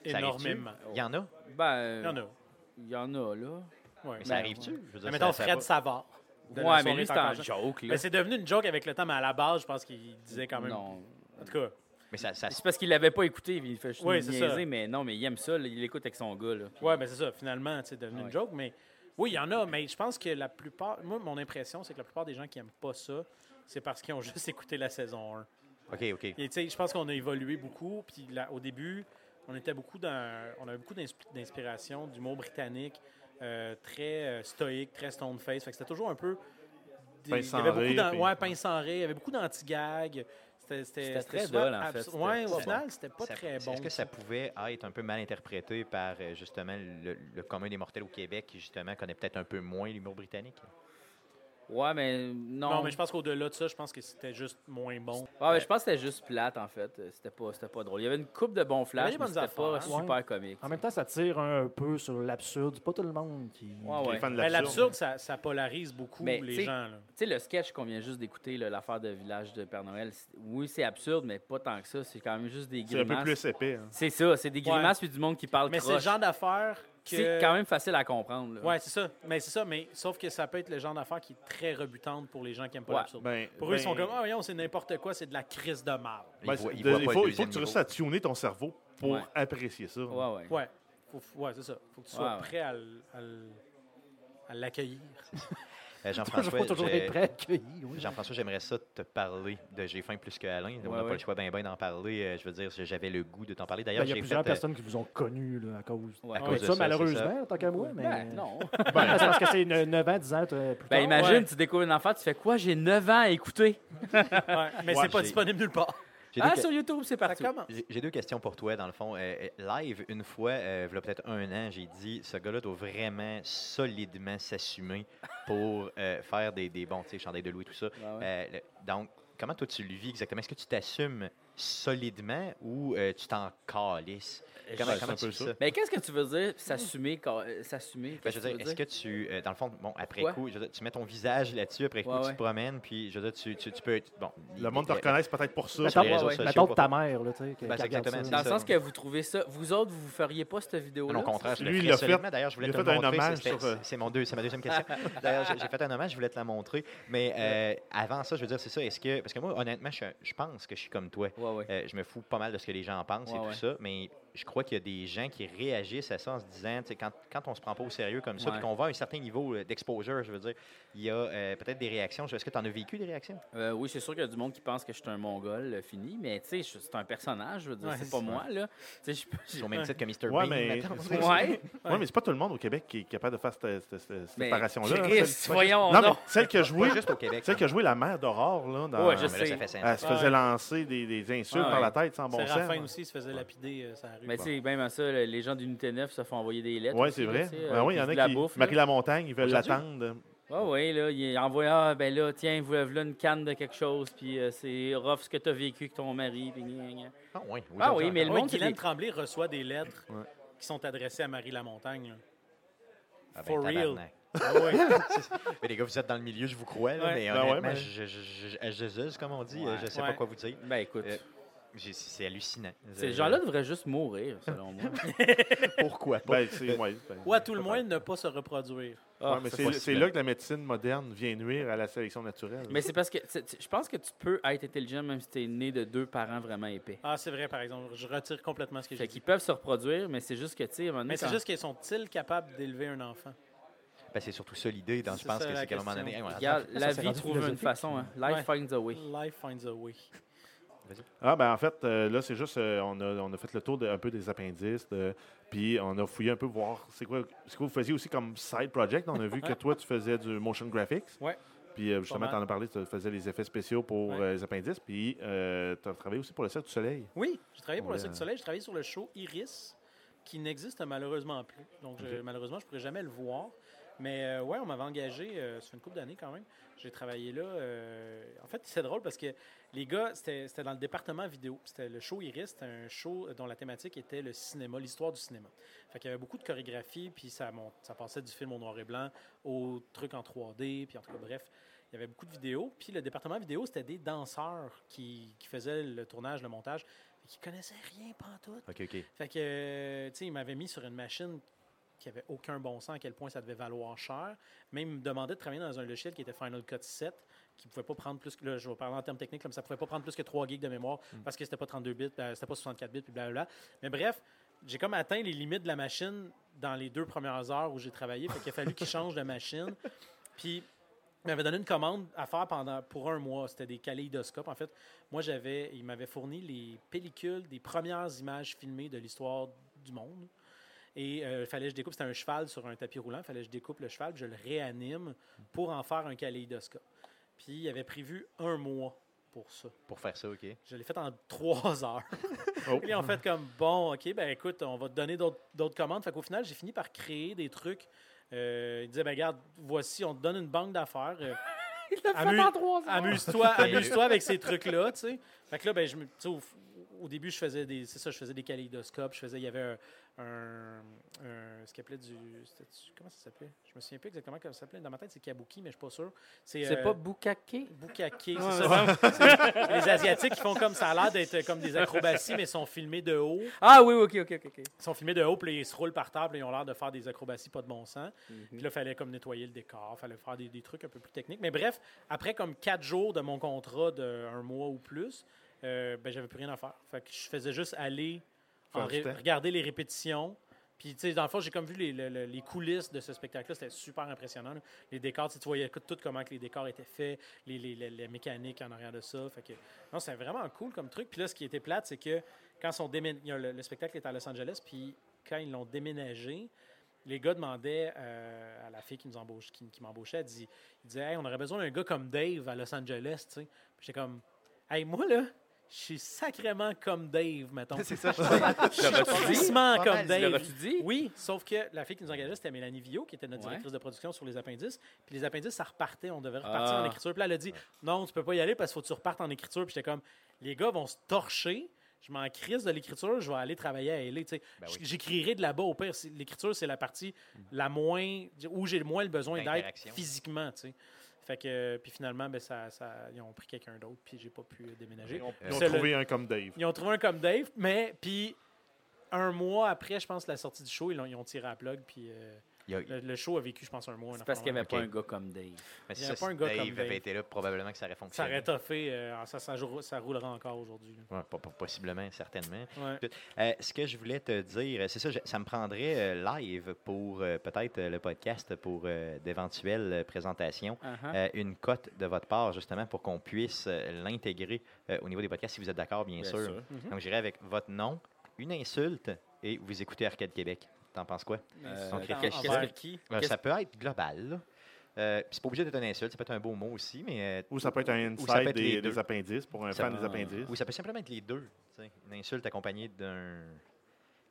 [SPEAKER 1] Ça arrive-tu?
[SPEAKER 5] énormément.
[SPEAKER 1] Il y en a,
[SPEAKER 3] Ben,
[SPEAKER 5] Il y en a.
[SPEAKER 3] il y en a, là.
[SPEAKER 5] Ouais.
[SPEAKER 1] mais
[SPEAKER 5] Ben,
[SPEAKER 1] ça arrive-tu? Je veux dire,
[SPEAKER 5] mettons
[SPEAKER 1] ça- ça
[SPEAKER 5] Fred
[SPEAKER 1] va-
[SPEAKER 5] Savard. de la
[SPEAKER 3] Ouais, mais
[SPEAKER 5] soirée
[SPEAKER 3] lui, c'est
[SPEAKER 5] T'as
[SPEAKER 3] un
[SPEAKER 5] encore-
[SPEAKER 3] joke. Là.
[SPEAKER 5] Mais c'est devenu une joke avec le temps, mais à la base, je pense qu'il disait quand même.
[SPEAKER 3] Non.
[SPEAKER 5] En tout cas,
[SPEAKER 1] mais ça- ça-
[SPEAKER 3] Ah, C'est parce qu'il l'avait pas écouté, puis il fait juste
[SPEAKER 5] Oui,
[SPEAKER 3] nous
[SPEAKER 5] c'est ça.
[SPEAKER 3] niaiser, mais non, mais il aime ça, là, il l'écoute avec son gars. Là.
[SPEAKER 5] Ouais, mais c'est ça, finalement, c'est
[SPEAKER 4] Ah
[SPEAKER 5] devenu
[SPEAKER 3] Ouais.
[SPEAKER 5] une joke. Mais oui, il y en a, mais je pense que la plupart. Moi, mon impression, c'est que la plupart des gens qui n'aiment pas ça, c'est parce qu'ils ont [LAUGHS] juste écouté la saison 1.
[SPEAKER 1] OK, OK.
[SPEAKER 5] Et tu sais, je pense qu'on a évolué beaucoup. Puis là, au début, on était beaucoup dans. On avait beaucoup d'insp- d'inspiration du mot britannique, euh, très euh, stoïque, très stone face. Fait que c'était toujours un peu. des-
[SPEAKER 4] Pain
[SPEAKER 5] il y
[SPEAKER 4] sans
[SPEAKER 5] avait beaucoup
[SPEAKER 4] rire,
[SPEAKER 5] d'an-
[SPEAKER 4] puis-
[SPEAKER 5] ouais, pain sans rire. Il y avait beaucoup d'anti-gags. C'était-
[SPEAKER 3] C'était
[SPEAKER 5] C'était
[SPEAKER 3] très
[SPEAKER 5] souvent
[SPEAKER 3] dol, en fait.
[SPEAKER 5] abs-
[SPEAKER 3] C'était-
[SPEAKER 5] Ouais, au
[SPEAKER 3] c'était-
[SPEAKER 5] final, c'était pas
[SPEAKER 1] Ça-
[SPEAKER 5] très bon.
[SPEAKER 1] Est-ce que ça pouvait être un peu mal interprété par euh, justement le, le commun des mortels au Québec qui justement connaît peut-être un peu moins l'humour britannique?
[SPEAKER 3] Ouais, mais non.
[SPEAKER 5] Non, mais je pense qu'au-delà de ça, je pense que c'était juste moins bon.
[SPEAKER 3] Ouais, mais je pense que c'était juste plate, en fait. Euh, C'était pas, c'était pas drôle. Il y avait une coupe de bons
[SPEAKER 5] avait
[SPEAKER 3] flashs,
[SPEAKER 5] des
[SPEAKER 3] mais
[SPEAKER 5] bonnes
[SPEAKER 3] c'était pas
[SPEAKER 5] affaires. hein.
[SPEAKER 3] super comique.
[SPEAKER 6] [LAUGHS] En même temps, ça tire un peu sur l'absurde. C'est pas tout le monde qui. [LAUGHS]
[SPEAKER 3] Ouais, ouais.
[SPEAKER 4] Les fans de
[SPEAKER 5] Ben,
[SPEAKER 4] l'absurde.
[SPEAKER 5] L'absurde, ça, ça polarise beaucoup
[SPEAKER 3] Mais, tu
[SPEAKER 5] les
[SPEAKER 3] sais,
[SPEAKER 5] gens. là.
[SPEAKER 3] Tu sais, le sketch qu'on vient juste d'écouter, là, l'affaire de Village de Père Noël, c'est- oui, c'est absurde, mais pas tant que ça. C'est quand même juste des
[SPEAKER 4] C'est un
[SPEAKER 3] grimaces.
[SPEAKER 4] peu plus épais. hein.
[SPEAKER 3] C'est ça, c'est des grimaces puis du monde qui parle
[SPEAKER 5] Mais c'est le
[SPEAKER 3] croche.
[SPEAKER 5] genre d'affaires que.
[SPEAKER 3] C'est quand même facile à comprendre. là.
[SPEAKER 5] Ouais, c'est ça. Mais c'est ça, mais sauf que ça peut être le genre d'affaires qui est très rebutante pour les gens qui aiment pas
[SPEAKER 3] Ouais.
[SPEAKER 5] l'absurde.
[SPEAKER 4] Ben,
[SPEAKER 5] Pour eux, ils
[SPEAKER 4] ben,
[SPEAKER 5] sont comme, ah, voyons, c'est n'importe quoi, c'est de la crise de mal.
[SPEAKER 4] ben,
[SPEAKER 1] Il voit-
[SPEAKER 4] c'est-
[SPEAKER 1] il
[SPEAKER 4] de-
[SPEAKER 1] voit
[SPEAKER 4] il
[SPEAKER 1] pas
[SPEAKER 4] faut,
[SPEAKER 1] le
[SPEAKER 4] il faut que tu
[SPEAKER 1] deuxième
[SPEAKER 4] restes à tuner ton cerveau pour
[SPEAKER 3] Ouais.
[SPEAKER 4] apprécier ça.
[SPEAKER 3] Ouais, ouais.
[SPEAKER 5] Ouais. Faut- faut- ouais, c'est ça. Faut que tu sois
[SPEAKER 3] Ouais, ouais.
[SPEAKER 5] prêt à, l- à l- à l'accueillir. [LAUGHS]
[SPEAKER 1] Euh,
[SPEAKER 6] Toujours,
[SPEAKER 1] Jean-François,
[SPEAKER 6] faut toujours
[SPEAKER 1] j'ai-
[SPEAKER 6] être prêt à accueillir. oui.
[SPEAKER 1] Jean-François, j'aimerais ça te parler de J'ai faim plus que Alain. On
[SPEAKER 3] Ouais,
[SPEAKER 1] n'a
[SPEAKER 3] ouais.
[SPEAKER 1] pas le choix bien ben d'en parler. Euh, Je veux dire, j'avais le goût de t'en parler. D'ailleurs,
[SPEAKER 6] Ben, Il y a
[SPEAKER 1] j'ai fait.
[SPEAKER 6] plusieurs
[SPEAKER 1] euh,
[SPEAKER 6] personnes qui vous ont connu là, à cause.
[SPEAKER 3] Ouais.
[SPEAKER 6] Ouais,
[SPEAKER 1] cause
[SPEAKER 6] ça,
[SPEAKER 1] de ça, c'est
[SPEAKER 6] malheureusement, tant qu'à moi. Mais...
[SPEAKER 3] Ben, non.
[SPEAKER 5] [LAUGHS]
[SPEAKER 6] Ben, c'est parce que c'est 9 ans, 10 ans euh, plus tard.
[SPEAKER 3] Ben, imagine,
[SPEAKER 5] ouais.
[SPEAKER 3] tu découvres une enfant, tu fais quoi? J'ai 9 ans à écouter.
[SPEAKER 5] Ouais, mais c'est pas
[SPEAKER 1] j'ai-
[SPEAKER 5] disponible nulle part.
[SPEAKER 1] j'ai deux
[SPEAKER 3] Ah,
[SPEAKER 1] que-
[SPEAKER 3] sur YouTube, c'est partout.
[SPEAKER 5] commence.
[SPEAKER 1] J'ai j'ai deux questions pour toi, dans le fond. Euh, euh, live, une fois, euh, il y a peut-être un an, j'ai dit ce gars-là doit vraiment solidement s'assumer pour euh, faire des, des bons, tu sais, chandail de Louis, tout ça.
[SPEAKER 3] Ouais, ouais.
[SPEAKER 1] Euh, le- donc, comment toi tu le vis exactement? Est-ce que tu t'assumes solidement ou euh, tu t'en calisses? Comment,
[SPEAKER 4] Ouais,
[SPEAKER 1] comment
[SPEAKER 4] c'est un
[SPEAKER 1] tu
[SPEAKER 4] peu
[SPEAKER 1] vis
[SPEAKER 4] ça.
[SPEAKER 1] ça?
[SPEAKER 3] Mais qu'est-ce que tu veux dire? S'assumer. quand- euh, S'assumer.
[SPEAKER 1] Ben,
[SPEAKER 3] qu'est-ce
[SPEAKER 1] je veux dire,
[SPEAKER 3] tu veux
[SPEAKER 1] est-ce que tu, euh, dans le fond, bon, après
[SPEAKER 3] Pourquoi?
[SPEAKER 1] coup, je veux dire, tu mets ton visage là-dessus, après coup,
[SPEAKER 3] Ouais,
[SPEAKER 1] tu
[SPEAKER 3] ouais.
[SPEAKER 1] te promènes, puis je veux dire, tu, tu, tu peux être. Bon,
[SPEAKER 4] Le monde te
[SPEAKER 1] reconnaît.
[SPEAKER 4] reconnaisse peut-être pour ça.
[SPEAKER 1] Sur les
[SPEAKER 6] Mettons-
[SPEAKER 1] réseaux
[SPEAKER 3] ouais,
[SPEAKER 1] sociaux,
[SPEAKER 6] Mettons
[SPEAKER 1] pas
[SPEAKER 6] de ta mère, là, tu sais, qui
[SPEAKER 1] Ben,
[SPEAKER 6] qui
[SPEAKER 1] c'est
[SPEAKER 6] regarde
[SPEAKER 1] exactement
[SPEAKER 6] ça.
[SPEAKER 3] Dans
[SPEAKER 1] ça.
[SPEAKER 3] le sens que vous trouvez ça, vous autres, vous feriez pas cette vidéo-là?
[SPEAKER 1] Non, au contraire, je
[SPEAKER 4] Lui,
[SPEAKER 1] le
[SPEAKER 4] il
[SPEAKER 1] ferais
[SPEAKER 4] l'a fait-
[SPEAKER 1] solidement. D'ailleurs, je voulais
[SPEAKER 4] il
[SPEAKER 1] te
[SPEAKER 4] a
[SPEAKER 1] le
[SPEAKER 4] fait un
[SPEAKER 1] montrer.
[SPEAKER 4] hommage
[SPEAKER 1] C'était-
[SPEAKER 4] sur, euh,
[SPEAKER 1] C'est mon deux, c'est ma deuxième
[SPEAKER 3] [LAUGHS]
[SPEAKER 1] question. D'ailleurs, j'ai j'ai fait un hommage, je voulais te la montrer. Mais euh, avant ça, je veux dire, c'est ça. Est-ce que parce que moi, honnêtement, je, je pense que je suis comme toi.
[SPEAKER 3] Ouais, ouais.
[SPEAKER 1] Euh, je me fous pas mal de ce que les gens en pensent
[SPEAKER 3] Ouais,
[SPEAKER 1] et tout
[SPEAKER 3] ouais.
[SPEAKER 1] ça, mais je crois qu'il y a des gens qui réagissent à ça en se disant, tu sais, quand, quand on se prend pas au sérieux comme ça,
[SPEAKER 3] Ouais.
[SPEAKER 1] puis qu'on va à un certain niveau euh, d'exposure, je veux dire, il y a euh, peut-être des réactions. Je- Est-ce que tu en as vécu des réactions?
[SPEAKER 3] Euh, oui, c'est sûr qu'il y a du monde qui pense que je suis un Mongol euh, fini, mais tu sais, je- c'est un personnage, je veux dire,
[SPEAKER 5] Ouais,
[SPEAKER 3] c'est pas
[SPEAKER 5] c'est
[SPEAKER 3] moi, là. Tu sais, je peux- j'ai-
[SPEAKER 1] Au même titre que Mr.
[SPEAKER 4] Ouais,
[SPEAKER 1] Bean.
[SPEAKER 4] mais-
[SPEAKER 1] mettons.
[SPEAKER 3] Ouais,
[SPEAKER 4] Oui, mais c'est pas tout le monde au Québec qui est capable de faire cette, cette- cette- cette
[SPEAKER 3] mais
[SPEAKER 4] séparation-là. hein.
[SPEAKER 3] Chris,
[SPEAKER 4] Celle-
[SPEAKER 3] voyons,
[SPEAKER 4] Non,
[SPEAKER 3] donc.
[SPEAKER 4] mais celle que je
[SPEAKER 1] Pas
[SPEAKER 4] jouais,
[SPEAKER 1] juste au Québec.
[SPEAKER 4] celle que jouait la mère d'Aurore, là, dans- Ah,
[SPEAKER 3] Ouais, je
[SPEAKER 1] Non, mais là,
[SPEAKER 3] sais.
[SPEAKER 1] ça fait cinq ans.
[SPEAKER 4] elle se faisait
[SPEAKER 5] Ouais.
[SPEAKER 4] lancer des, des insultes
[SPEAKER 3] Ouais.
[SPEAKER 4] par la tête sans bon sens.
[SPEAKER 5] Séraphin
[SPEAKER 4] hein.
[SPEAKER 5] aussi se faisait lapider euh, sur la rue.
[SPEAKER 3] Mais tu sais, même à ça, le- les gens d'Unité 9 se font envoyer des lettres.
[SPEAKER 4] Oui,
[SPEAKER 3] aussi,
[SPEAKER 4] c'est
[SPEAKER 3] là,
[SPEAKER 4] vrai.
[SPEAKER 3] tu sais,
[SPEAKER 4] Ben
[SPEAKER 3] euh,
[SPEAKER 4] oui, il y en
[SPEAKER 3] de
[SPEAKER 4] a
[SPEAKER 3] la
[SPEAKER 4] qui.
[SPEAKER 3] bouffe, là.
[SPEAKER 4] Marie la Montagne, ils veulent
[SPEAKER 1] Aujourd'hui?
[SPEAKER 4] l'attendre.
[SPEAKER 3] Ah oui, là, il envoie, ah, ben là, tiens, vous avez là une canne de quelque chose, puis euh, c'est rough ce que t'as vécu avec ton mari, puis gna, gna.
[SPEAKER 1] Ah oui, oui,
[SPEAKER 3] Ah
[SPEAKER 1] j'entends.
[SPEAKER 3] oui, mais le
[SPEAKER 5] Ouais,
[SPEAKER 3] monde, c'est
[SPEAKER 5] Guylaine
[SPEAKER 3] des-
[SPEAKER 5] Tremblay reçoit des lettres
[SPEAKER 4] Ouais.
[SPEAKER 5] qui sont adressées à Marie Lamontagne. là.
[SPEAKER 1] Ah ben,
[SPEAKER 5] For real.
[SPEAKER 1] tabarnak.
[SPEAKER 5] Ah ouais.
[SPEAKER 3] [LAUGHS]
[SPEAKER 1] Mais les gars, vous êtes dans le milieu, je vous crois, là,
[SPEAKER 5] Ouais.
[SPEAKER 1] mais
[SPEAKER 4] Ben ouais,
[SPEAKER 1] honnêtement,
[SPEAKER 4] mais-
[SPEAKER 1] je, je, je- je- je zeuze, comme on dit, euh,
[SPEAKER 3] Ouais.
[SPEAKER 1] je sais pas
[SPEAKER 5] Ouais.
[SPEAKER 1] quoi vous dire.
[SPEAKER 3] Ben écoute,
[SPEAKER 1] Euh, J'ai- C'est hallucinant.
[SPEAKER 3] ces
[SPEAKER 1] Je-
[SPEAKER 3] gens-là devraient juste mourir, selon moi.
[SPEAKER 1] [LAUGHS] Pourquoi pas?
[SPEAKER 4] Ben, c'est- ouais, ben,
[SPEAKER 5] Ou à tout le
[SPEAKER 4] peut-être.
[SPEAKER 5] moins ne pas se reproduire.
[SPEAKER 4] Ouais,
[SPEAKER 3] Ah,
[SPEAKER 4] mais
[SPEAKER 3] ça,
[SPEAKER 4] c'est-
[SPEAKER 1] pas
[SPEAKER 4] c'est
[SPEAKER 1] si
[SPEAKER 4] là que la médecine moderne vient nuire à la sélection naturelle.
[SPEAKER 3] [LAUGHS] Mais c'est parce que tu sais, tu- je pense que tu peux être intelligent même si tu es né de deux parents vraiment épais.
[SPEAKER 5] Ah, c'est vrai, par exemple. Je retire complètement ce que j'ai
[SPEAKER 3] Fait
[SPEAKER 5] dit.
[SPEAKER 3] qu'ils peuvent se reproduire, mais c'est juste que, tu sais, à un moment donné,
[SPEAKER 5] Mais c'est
[SPEAKER 3] quand-
[SPEAKER 5] juste qu'ils sont-ils capables d'élever un enfant?
[SPEAKER 1] Ben, c'est surtout ça l'idée. donc Je
[SPEAKER 5] C'est
[SPEAKER 1] pense
[SPEAKER 5] ça,
[SPEAKER 1] que
[SPEAKER 5] la
[SPEAKER 1] c'est qu'à un moment
[SPEAKER 5] question.
[SPEAKER 1] donné. hey, voilà.
[SPEAKER 3] Regarde, la
[SPEAKER 6] c'est
[SPEAKER 3] vie
[SPEAKER 6] rendu
[SPEAKER 3] trouve une
[SPEAKER 6] philosophique,
[SPEAKER 3] façon. hein. Life finds a way.
[SPEAKER 5] Life finds a way.
[SPEAKER 4] Ah, ben en fait, euh, là, c'est juste, euh, on, a, on a fait le tour de, un peu des appendices, de- puis on a fouillé un peu voir c'est quoi ce que vous faisiez aussi comme side project. On a vu que toi, tu faisais du motion graphics.
[SPEAKER 5] Ouais.
[SPEAKER 4] Puis euh, justement,
[SPEAKER 5] Pas
[SPEAKER 4] tu
[SPEAKER 5] mal.
[SPEAKER 4] en as parlé, tu faisais les effets spéciaux pour
[SPEAKER 5] Ouais.
[SPEAKER 4] euh, les appendices, puis tu as travaillé aussi pour le Cercle du Soleil.
[SPEAKER 5] Oui, j'ai travaillé pour
[SPEAKER 4] Ouais.
[SPEAKER 5] le Cirque du Soleil, j'ai travaillé sur le show Iris, qui n'existe malheureusement plus. Donc, je- malheureusement, je ne pourrais jamais le voir. Mais euh, ouais, on m'avait engagé, euh, ça fait une couple d'années quand même. J'ai travaillé là. euh, en fait, c'est drôle parce que les gars, c'était c'était dans le département vidéo. C'était le show Iris, c'était un show dont la thématique était le cinéma, l'histoire du cinéma. Fait qu'il y avait beaucoup de chorégraphie, puis ça, mont- ça passait du film au noir et blanc au truc en 3D, puis en tout cas, bref. Il y avait beaucoup de vidéos. Puis le département vidéo, c'était des danseurs qui, qui faisaient le tournage, le montage, et qui connaissaient rien pantoute.
[SPEAKER 1] OK, OK.
[SPEAKER 5] Fait que, euh, tu sais, il m'avait mis sur une machine qui avait aucun bon sens, à quel point ça devait valoir cher. Mais il me demandait de travailler dans un logiciel qui était Final Cut 7, qui pouvait pas prendre plus que, là, je vais parler en termes techniques, comme ça pouvait pas prendre plus que 3 gigs de mémoire parce que c'était pas 32 bits, euh, c'était pas 64 bits, puis blablabla. Mais bref, j'ai comme atteint les limites de la machine dans les deux premières heures où j'ai travaillé. Fait qu'il a fallu qu'il change de machine. Puis, il m'avait donné une commande à faire pendant, pour un mois. C'était des kaléidoscopes. En fait, moi, j'avais, il m'avait fourni les pellicules des premières images filmées de l'histoire du monde. Et euh, fallait que je découpe, c'était un cheval sur un tapis roulant, fallait que je découpe le cheval, puis je le réanime pour en faire un kaléidoscope. Puis il avait prévu un mois pour ça.
[SPEAKER 1] Pour faire ça, OK. Ben
[SPEAKER 5] Je l'ai fait en [LAUGHS] trois heures.
[SPEAKER 4] Oh.
[SPEAKER 5] Puis en fait, comme bon, ok, ben écoute, on va te donner d'autres d'autres commandes. Fait qu'au final, j'ai fini par créer des trucs. Euh, [LAUGHS] il disait, ben regarde, voici, on te donne une banque d'affaires. Euh,
[SPEAKER 3] Il l'a fait
[SPEAKER 5] Amu-
[SPEAKER 3] en trois ans.
[SPEAKER 5] Amuse-toi,
[SPEAKER 1] Sérieux.
[SPEAKER 5] amuse-toi avec ces trucs-là, tu sais. Fait que là, ben, je me, tu sais, au, au début, je faisais des, c'est ça, je faisais des kaléidoscopes, je faisais, il y avait un, un- un- ce qu'il appelait du, c'était-tu- comment ça s'appelait? Je me souviens plus exactement comment ça s'appelait. Dans ma tête, c'est kabuki, mais je suis pas sûr.
[SPEAKER 3] C'est
[SPEAKER 5] euh,
[SPEAKER 3] pas Bukake?
[SPEAKER 5] Bukake, c'est ça. non? [LAUGHS] C'est- les Asiatiques qui font comme ça a l'air d'être comme des acrobaties, mais sont filmés de haut.
[SPEAKER 3] Ah oui, oui, ok, ok, ok, ok.
[SPEAKER 5] Ils sont filmés de haut, puis là, ils se roulent par table, et ils ont l'air de faire des acrobaties pas de bon sens.
[SPEAKER 3] Mhm.
[SPEAKER 5] Puis là, il fallait comme nettoyer le décor, fallait faire des, des trucs un peu plus techniques. Mais bref, après comme quatre jours de mon contrat d'un mois ou plus, euh, ben, j'avais plus rien à faire. Fait que je faisais juste aller en
[SPEAKER 4] Faire du
[SPEAKER 5] ré-
[SPEAKER 4] temps.
[SPEAKER 5] regarder les répétitions. Puis, tu sais, dans le fond, j'ai comme vu les, le- le- les coulisses de ce spectacle-là. C'était super impressionnant. là. Les décors, tu sais, tu voyais co- tout comment que les décors étaient faits, les, les, les- les mécaniques en arrière de ça. Fait que, non, c'est vraiment cool comme truc. Puis là, ce qui était plate, c'est que quand son démé- il y a le, le spectacle était à Los Angeles, puis quand ils l'ont déménagé, les gars demandaient euh, à la fille qui nous embauche, qui, qui m'embauchait, elle dit, il disait, hey, on aurait besoin d'un gars comme Dave à Los Angeles, tu sais. Puis j'étais comme, hey, moi là, je suis sacrément comme Dave, mettons.
[SPEAKER 1] [LAUGHS] C'est ça, je l'aurais-tu dit?
[SPEAKER 5] Crissement
[SPEAKER 1] Pas
[SPEAKER 5] comme
[SPEAKER 1] mal,
[SPEAKER 3] Tu
[SPEAKER 5] Dave.
[SPEAKER 3] l'auras-tu dit?
[SPEAKER 5] Oui, sauf que la fille qui nous engageait, c'était Mélanie Villot, qui était notre
[SPEAKER 3] Ouais.
[SPEAKER 5] directrice de production sur les appendices. Puis les appendices, ça repartait, on devait repartir
[SPEAKER 3] Ah.
[SPEAKER 5] en écriture. Puis là, elle a dit Non, tu peux pas y aller parce qu'il faut que tu repartes en écriture. Puis j'étais comme Les gars vont se torcher. Je m'en crise de l'écriture, je vais aller travailler à LA. tu sais.
[SPEAKER 1] Ben oui.
[SPEAKER 5] J- J'écrirai de là-bas au pire. C'est- L'écriture, c'est la partie la moins où j'ai le moins le besoin d'être
[SPEAKER 1] D'interaction.
[SPEAKER 5] physiquement. tu sais. Fait que, euh, puis finalement, ben, ça, ça- ils ont pris quelqu'un d'autre, puis j'ai pas pu euh, déménager.
[SPEAKER 4] Ils ont, ils
[SPEAKER 5] Euh,
[SPEAKER 4] ont
[SPEAKER 5] c'est
[SPEAKER 4] trouvé un comme Dave.
[SPEAKER 5] Ils ont trouvé un comme Dave, mais puis un mois après, je pense, la sortie du show, ils l'ont- ils ont, tiré à plug, puis euh,
[SPEAKER 1] Il y a-
[SPEAKER 5] le, le show a vécu, je pense, un mois.
[SPEAKER 3] C'est
[SPEAKER 5] un
[SPEAKER 3] parce qu'il n'y avait
[SPEAKER 1] Ok.
[SPEAKER 3] pas un gars comme Dave.
[SPEAKER 1] Mais si
[SPEAKER 5] y avait
[SPEAKER 1] ça,
[SPEAKER 5] pas un
[SPEAKER 1] si
[SPEAKER 5] gars
[SPEAKER 1] Dave
[SPEAKER 5] comme Dave.
[SPEAKER 1] avait été là, probablement que ça aurait
[SPEAKER 5] Ça
[SPEAKER 1] fonctionné.
[SPEAKER 5] aurait toffé, euh, ça, ça, jou- ça roulera encore aujourd'hui. là.
[SPEAKER 1] Ouais, po- po- possiblement, certainement.
[SPEAKER 5] Ouais.
[SPEAKER 1] Euh, ce que je voulais te dire, euh, c'est ça, je- ça me prendrait euh, live pour euh, peut-être euh, le podcast pour euh, d'éventuelles euh, présentations.
[SPEAKER 5] Ah.
[SPEAKER 3] Uh-huh.
[SPEAKER 1] euh, une cote de votre part, justement, pour qu'on puisse euh, l'intégrer euh, au niveau des podcasts, si vous êtes d'accord, bien, sûr.
[SPEAKER 5] Mhm.
[SPEAKER 1] Donc, j'irai avec votre nom, une insulte, et vous écoutez Arcade Québec. T'en penses quoi?
[SPEAKER 3] Euh,
[SPEAKER 1] Donc,
[SPEAKER 3] qu'est-
[SPEAKER 5] en-
[SPEAKER 3] qu'est-ce
[SPEAKER 5] envers
[SPEAKER 3] que-
[SPEAKER 5] qui?
[SPEAKER 1] Euh,
[SPEAKER 3] Qu'est-ce-
[SPEAKER 1] ça peut être global. là. Euh, puis c'est pas obligé d'être une insulte, ça peut être un beau mot aussi, mais. euh,
[SPEAKER 4] Ou ça peut être un
[SPEAKER 1] Ou ça peut
[SPEAKER 4] inside
[SPEAKER 1] être les
[SPEAKER 4] des,
[SPEAKER 1] deux.
[SPEAKER 4] des appendices pour un
[SPEAKER 1] Ça
[SPEAKER 4] fan
[SPEAKER 3] peut-
[SPEAKER 4] des appendices.
[SPEAKER 1] ou ça peut simplement être les deux. tu sais, Une insulte accompagnée d'un.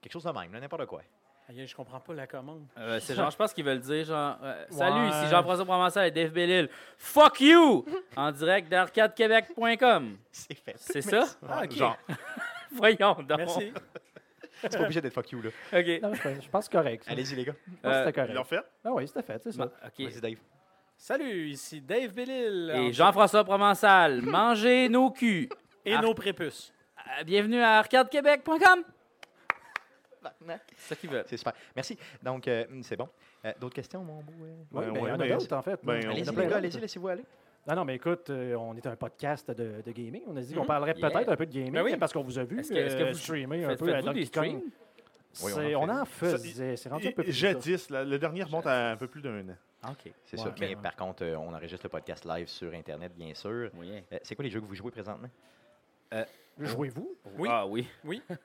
[SPEAKER 1] quelque chose de même, là, n'importe quoi.
[SPEAKER 5] Aïe, Je comprends pas la commande.
[SPEAKER 3] Euh, c'est genre, je pense qu'ils veulent dire genre, euh, salut,
[SPEAKER 5] Ouais.
[SPEAKER 3] ici Jean-François Provençal et Dave Bellil. Fuck you! En direct d'arcadequebec.com.
[SPEAKER 1] [LAUGHS] C'est fait.
[SPEAKER 3] C'est ça?
[SPEAKER 5] Ah, ok.
[SPEAKER 4] Genre,
[SPEAKER 3] [LAUGHS] Voyons donc.
[SPEAKER 5] Merci.
[SPEAKER 1] C'est pas obligé d'être fuck [LAUGHS] you, là.
[SPEAKER 3] OK.
[SPEAKER 6] Non, je pense- je pense que c'est correct. ça.
[SPEAKER 1] Allez-y, les gars.
[SPEAKER 6] Je pense que c'était
[SPEAKER 4] ils l'ont
[SPEAKER 6] correct.
[SPEAKER 4] fait.
[SPEAKER 6] Ah oui, c'était fait, c'est ça.
[SPEAKER 3] Bon, OK.
[SPEAKER 1] Vas-y, Dave.
[SPEAKER 5] Salut, ici Dave Bellil.
[SPEAKER 3] Et Jean-François
[SPEAKER 6] [LAUGHS]
[SPEAKER 3] Provençal, mangez nos culs.
[SPEAKER 5] Et nos prépuces.
[SPEAKER 3] Euh, bienvenue à arcadequebec.com. C'est ça qu'ils veulent.
[SPEAKER 1] C'est super. Merci. Donc, euh, hum, c'est bon. Euh, D'autres questions, mon beau? euh?
[SPEAKER 6] Oui,
[SPEAKER 4] Ben
[SPEAKER 6] ben, il y en a
[SPEAKER 4] ouais,
[SPEAKER 6] d'autres, en fait.
[SPEAKER 4] ben,
[SPEAKER 6] Il y en a
[SPEAKER 4] on-
[SPEAKER 1] Allez-y,
[SPEAKER 6] plein
[SPEAKER 1] les gars,
[SPEAKER 6] d'autres.
[SPEAKER 1] allez-y, laissez-vous aller.
[SPEAKER 6] Non, non, mais écoute, euh, on est un podcast de, de gaming. On a dit
[SPEAKER 3] Mhm.
[SPEAKER 1] Mm-hmm.
[SPEAKER 6] qu'on parlerait
[SPEAKER 3] Yeah.
[SPEAKER 6] peut-être un peu de gaming
[SPEAKER 5] Ben oui.
[SPEAKER 6] parce qu'on vous a vu
[SPEAKER 3] Est-ce que- est-ce que
[SPEAKER 6] euh,
[SPEAKER 3] vous
[SPEAKER 6] streamer un
[SPEAKER 3] Faites-
[SPEAKER 6] peu à
[SPEAKER 3] Faites-vous
[SPEAKER 6] Donkey
[SPEAKER 3] des
[SPEAKER 6] Kong.
[SPEAKER 3] streams?
[SPEAKER 1] Oui, on en
[SPEAKER 6] C'est- on,
[SPEAKER 1] fait.
[SPEAKER 6] en faisait. C'est rendu un peu
[SPEAKER 4] Et-
[SPEAKER 6] plus. ça.
[SPEAKER 4] Jadis, la- le dernier remonte à un peu plus d'un an.
[SPEAKER 3] Ah, OK.
[SPEAKER 1] C'est
[SPEAKER 6] Ouais.
[SPEAKER 1] ça.
[SPEAKER 6] Ok.
[SPEAKER 1] Mais par contre, euh, on enregistre le podcast live sur Internet, bien sûr.
[SPEAKER 3] Oui.
[SPEAKER 1] Euh, c'est quoi les jeux que vous jouez présentement?
[SPEAKER 6] Jouez-vous?
[SPEAKER 5] Oui.
[SPEAKER 3] Ah oui.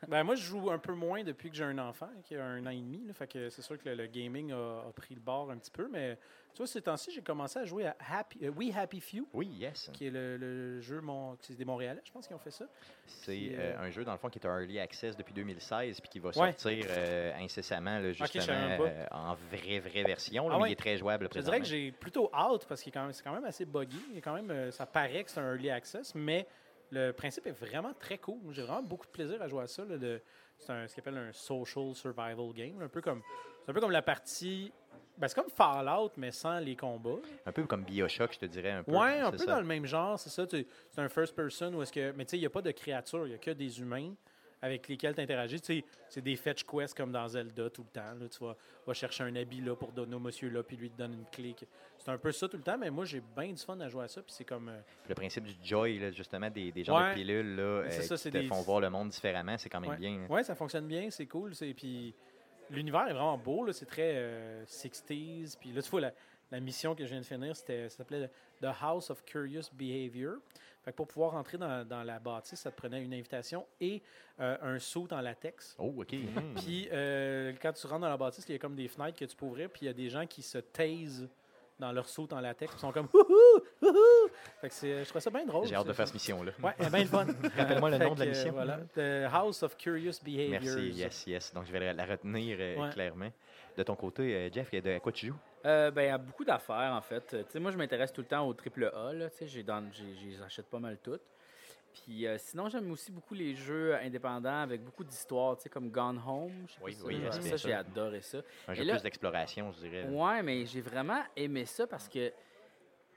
[SPEAKER 5] Ben, moi, je joue un peu moins depuis que j'ai un enfant, qui a un an et demi. là. fait que c'est sûr que le, le gaming a, a pris le bord un petit peu. Mais tu vois, ces temps-ci, j'ai commencé à jouer à Happy, euh, We Happy Few,
[SPEAKER 1] Oui, yes.
[SPEAKER 5] qui est le, le jeu mon, c'est des Montréalais, je pense, qui ont fait ça.
[SPEAKER 1] C'est
[SPEAKER 5] Puis,
[SPEAKER 1] euh,
[SPEAKER 5] euh,
[SPEAKER 1] un jeu, dans le fond, qui est un early access depuis 2016 puis qui va
[SPEAKER 5] Ouais.
[SPEAKER 1] sortir euh, incessamment, là,
[SPEAKER 5] je
[SPEAKER 1] justement,
[SPEAKER 5] savais même pas.
[SPEAKER 1] euh, en vraie, vraie version. là,
[SPEAKER 5] Ah
[SPEAKER 1] mais
[SPEAKER 5] ouais.
[SPEAKER 1] Il est très jouable
[SPEAKER 5] Je te
[SPEAKER 1] présentement.
[SPEAKER 5] dirais que j'ai plutôt hâte parce que c'est quand même assez buggy. Il est quand même, euh, ça paraît que c'est un early access, mais le principe est vraiment très cool. J'ai vraiment beaucoup de plaisir à jouer à ça. là, de- c'est un- ce qu'on appelle un social survival game. là, Un peu comme, c'est un peu comme la partie. ben, c'est comme Fallout, mais sans les combats.
[SPEAKER 1] Un peu comme Bioshock, je te dirais. Un peu, hein,
[SPEAKER 5] Ouais, un
[SPEAKER 1] c'est
[SPEAKER 5] peu
[SPEAKER 1] ça.
[SPEAKER 5] dans le même genre, c'est ça. tu- C'est un first person où est-ce que. Mais tu sais, il n'y a pas de créatures, il n'y a que des humains avec lesquels tu interagis. Tu sais, c'est des fetch quests comme dans Zelda tout le temps. là. Tu vas, vas chercher un habit là pour donner au monsieur là, puis lui te donne une clé. que- C'est un peu ça tout le temps, mais moi j'ai bien du fun à jouer à ça, puis c'est comme. euh,
[SPEAKER 1] Le principe du joy, là, justement, des, des genres
[SPEAKER 5] Ouais.
[SPEAKER 1] de pilules là, euh,
[SPEAKER 5] C'est ça,
[SPEAKER 1] qui
[SPEAKER 5] c'est
[SPEAKER 1] te
[SPEAKER 5] des-
[SPEAKER 1] font voir le monde différemment, c'est quand même
[SPEAKER 5] ouais.
[SPEAKER 1] bien. hein.
[SPEAKER 5] Ouais, ça fonctionne bien, c'est cool. c'est- Puis l'univers est vraiment beau, là, c'est très euh, 60s. Puis là, tu vois, la, la mission que je viens de finir, c'était, ça s'appelait The House of Curious Behavior. Fait que pour pouvoir entrer dans, dans la bâtisse, ça te prenait une invitation et euh, un saut en latex.
[SPEAKER 1] Oh, OK.
[SPEAKER 5] [LAUGHS] Puis euh, quand tu rentres dans la bâtisse, il y a comme des fenêtres que tu peux ouvrir, puis il y a des gens qui se taisent dans leur saut en latex. Ils sont comme [LAUGHS] Wouhou! Wouhou! Fait que c'est- je trouvais ça bien drôle.
[SPEAKER 1] J'ai hâte de
[SPEAKER 5] Oh, c'est-
[SPEAKER 1] faire cette mission-là.
[SPEAKER 5] Ouais, c'est bien le fun.
[SPEAKER 1] [LAUGHS] Rappelle-moi le
[SPEAKER 5] Fait
[SPEAKER 1] nom de la
[SPEAKER 5] que,
[SPEAKER 1] mission.
[SPEAKER 5] voilà. The House of Curious Behaviors.
[SPEAKER 1] Merci, yes, yes. Donc, je vais la- la retenir euh,
[SPEAKER 5] Ouais.
[SPEAKER 1] clairement. De ton côté, euh, Jeff, de- à quoi tu joues?
[SPEAKER 3] Euh, ben, à beaucoup d'affaires, en fait. Euh, tu sais, moi, je m'intéresse tout le temps au triple A. Là, tu sais, j'ai dans- j'ai- j'ai- j'achète pas mal toutes. Puis euh, sinon, j'aime aussi beaucoup les jeux indépendants avec beaucoup d'histoires, tu sais, comme Gone Home. je sais pas
[SPEAKER 1] Oui,
[SPEAKER 3] si
[SPEAKER 1] oui,
[SPEAKER 3] vous avez
[SPEAKER 1] c'est
[SPEAKER 3] vu
[SPEAKER 1] bien
[SPEAKER 3] ça,
[SPEAKER 1] ça.
[SPEAKER 3] j'ai adoré ça.
[SPEAKER 1] Un
[SPEAKER 3] Et
[SPEAKER 1] jeu
[SPEAKER 3] là-
[SPEAKER 1] plus d'exploration, je dirais.
[SPEAKER 3] Ouais, mais j'ai vraiment aimé ça parce que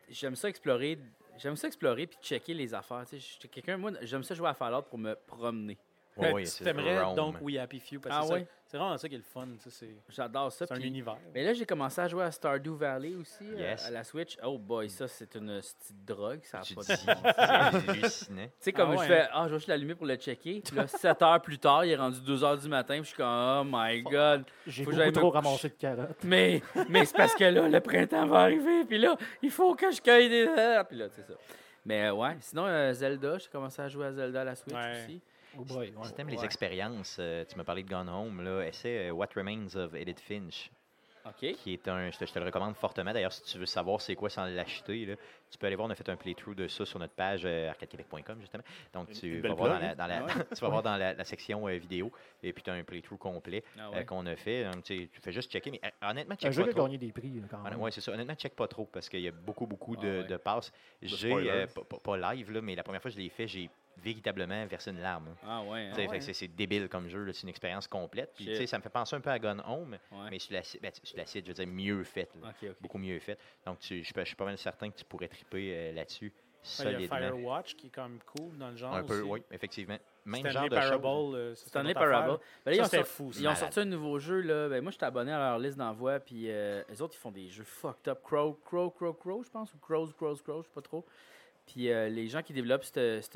[SPEAKER 3] j'aime ça explorer. J'aime ça explorer puis checker les affaires. tu sais. Je suis quelqu'un, moi, j'aime ça jouer à Fallout pour me promener.
[SPEAKER 1] Ouais, ouais,
[SPEAKER 5] Ben, tu
[SPEAKER 1] c'est
[SPEAKER 5] t'aimerais
[SPEAKER 1] Rome.
[SPEAKER 5] donc We Happy Few. Parce que
[SPEAKER 3] Ah
[SPEAKER 5] c'est ça-
[SPEAKER 3] ouais?
[SPEAKER 5] c'est vraiment ça qui est le fun. tu sais, C'est
[SPEAKER 3] J'adore ça.
[SPEAKER 5] c'est un
[SPEAKER 3] puis-
[SPEAKER 5] univers.
[SPEAKER 3] Mais là, j'ai commencé à jouer à Stardew Valley aussi, euh,
[SPEAKER 1] Yes.
[SPEAKER 3] à la Switch. Oh boy, ça, c'est une petite drogue. Ça a
[SPEAKER 1] Tu
[SPEAKER 3] Ah, pas
[SPEAKER 1] dis,
[SPEAKER 3] de
[SPEAKER 1] c'est
[SPEAKER 3] bon
[SPEAKER 1] hallucinant.
[SPEAKER 3] Tu sais, comme
[SPEAKER 5] Ah
[SPEAKER 3] je
[SPEAKER 5] ouais,
[SPEAKER 3] fais, ah, je vais juste l'allumer pour le checker. Puis là, 7 heures plus tard, il est rendu 2 heures du matin. Puis je suis comme, oh my god.
[SPEAKER 6] J'ai
[SPEAKER 3] Faut que
[SPEAKER 6] beaucoup
[SPEAKER 3] j'aille me
[SPEAKER 6] trop
[SPEAKER 3] coucher.
[SPEAKER 6] ramassé de carottes.
[SPEAKER 3] Mais, mais c'est parce que là, le printemps va arriver. Puis là, il faut que je cueille des herbes. Puis là, c'est ça. Mais euh, ouais, sinon, euh, Zelda, j'ai commencé à jouer à Zelda à la Switch
[SPEAKER 5] Ouais.
[SPEAKER 3] aussi.
[SPEAKER 6] Oh boy, ouais.
[SPEAKER 1] Si t'aimes les
[SPEAKER 3] Ouais.
[SPEAKER 1] expériences, euh, tu me parlais de Gone Home, là, essaie euh, What Remains of Edith Finch,
[SPEAKER 3] OK.
[SPEAKER 1] qui est un, je te, je te le recommande fortement. D'ailleurs, si tu veux savoir c'est quoi sans l'acheter, là, tu peux aller voir, on a fait un playthrough de ça sur notre page euh, arcadequebec.com, justement. Donc,
[SPEAKER 4] Une-
[SPEAKER 1] tu
[SPEAKER 4] une
[SPEAKER 1] vas
[SPEAKER 4] belle
[SPEAKER 1] voir dans
[SPEAKER 4] plug,
[SPEAKER 1] la- dans
[SPEAKER 3] Ah
[SPEAKER 1] la- [LAUGHS] tu vas voir dans la la section euh, vidéo, et puis tu as un playthrough complet
[SPEAKER 3] Ah
[SPEAKER 1] euh,
[SPEAKER 3] ouais.
[SPEAKER 1] qu'on a fait. Donc, tu sais, tu fais juste checker, mais euh, honnêtement,
[SPEAKER 6] Un
[SPEAKER 1] check
[SPEAKER 6] jeu
[SPEAKER 1] pas
[SPEAKER 6] qui a
[SPEAKER 1] trop.
[SPEAKER 6] gagné des prix quand
[SPEAKER 1] Honnêtement,
[SPEAKER 6] même.
[SPEAKER 1] ouais, c'est ça. Honnêtement, check pas trop parce qu'il y a beaucoup, beaucoup de,
[SPEAKER 3] Ah ouais.
[SPEAKER 1] de passes. J'ai,
[SPEAKER 4] spoilers.
[SPEAKER 1] euh, pas, pas- pas live, là, mais la première fois que je l'ai fait, j'ai véritablement versé une larme. hein.
[SPEAKER 3] Ah ouais. hein?
[SPEAKER 1] Tu sais, fait que c'est- c'est débile comme jeu, là, c'est une expérience complète. Puis, tu sais,
[SPEAKER 3] Shit.
[SPEAKER 1] ça me fait penser un peu à Gone Home,
[SPEAKER 3] Ouais.
[SPEAKER 1] mais sur la, ci- ben, sur la site, je veux dire, mieux faite. là.
[SPEAKER 3] OK, OK.
[SPEAKER 1] Beaucoup mieux faite. Donc, tu- je suis pas- je suis pas mal certain que tu pourrais triper euh, là-dessus
[SPEAKER 5] Ouais, Il y a
[SPEAKER 1] solidement.
[SPEAKER 5] Firewatch qui est quand même cool dans le genre.
[SPEAKER 1] Un peu,
[SPEAKER 5] aussi.
[SPEAKER 1] oui, effectivement. Même
[SPEAKER 5] Stanley
[SPEAKER 1] genre de hein. choses.
[SPEAKER 5] Parable. euh, c'est
[SPEAKER 3] Stanley
[SPEAKER 5] une autre affaire.
[SPEAKER 3] Parable. Ben là,
[SPEAKER 5] Ça,
[SPEAKER 3] ils ont,
[SPEAKER 5] c'était
[SPEAKER 3] sorti,
[SPEAKER 5] fou, ça.
[SPEAKER 3] ils ont
[SPEAKER 1] Malade.
[SPEAKER 3] sorti un nouveau jeu. Là. Ben, moi, je suis abonné à leur liste d'envoi. Puis euh, les autres, ils font des jeux fucked up. Crow, Crow, Crow, Crow, je pense. Ou Crows, Crows, Crow, je sais pas trop. Puis euh, les gens qui développent cette- cette-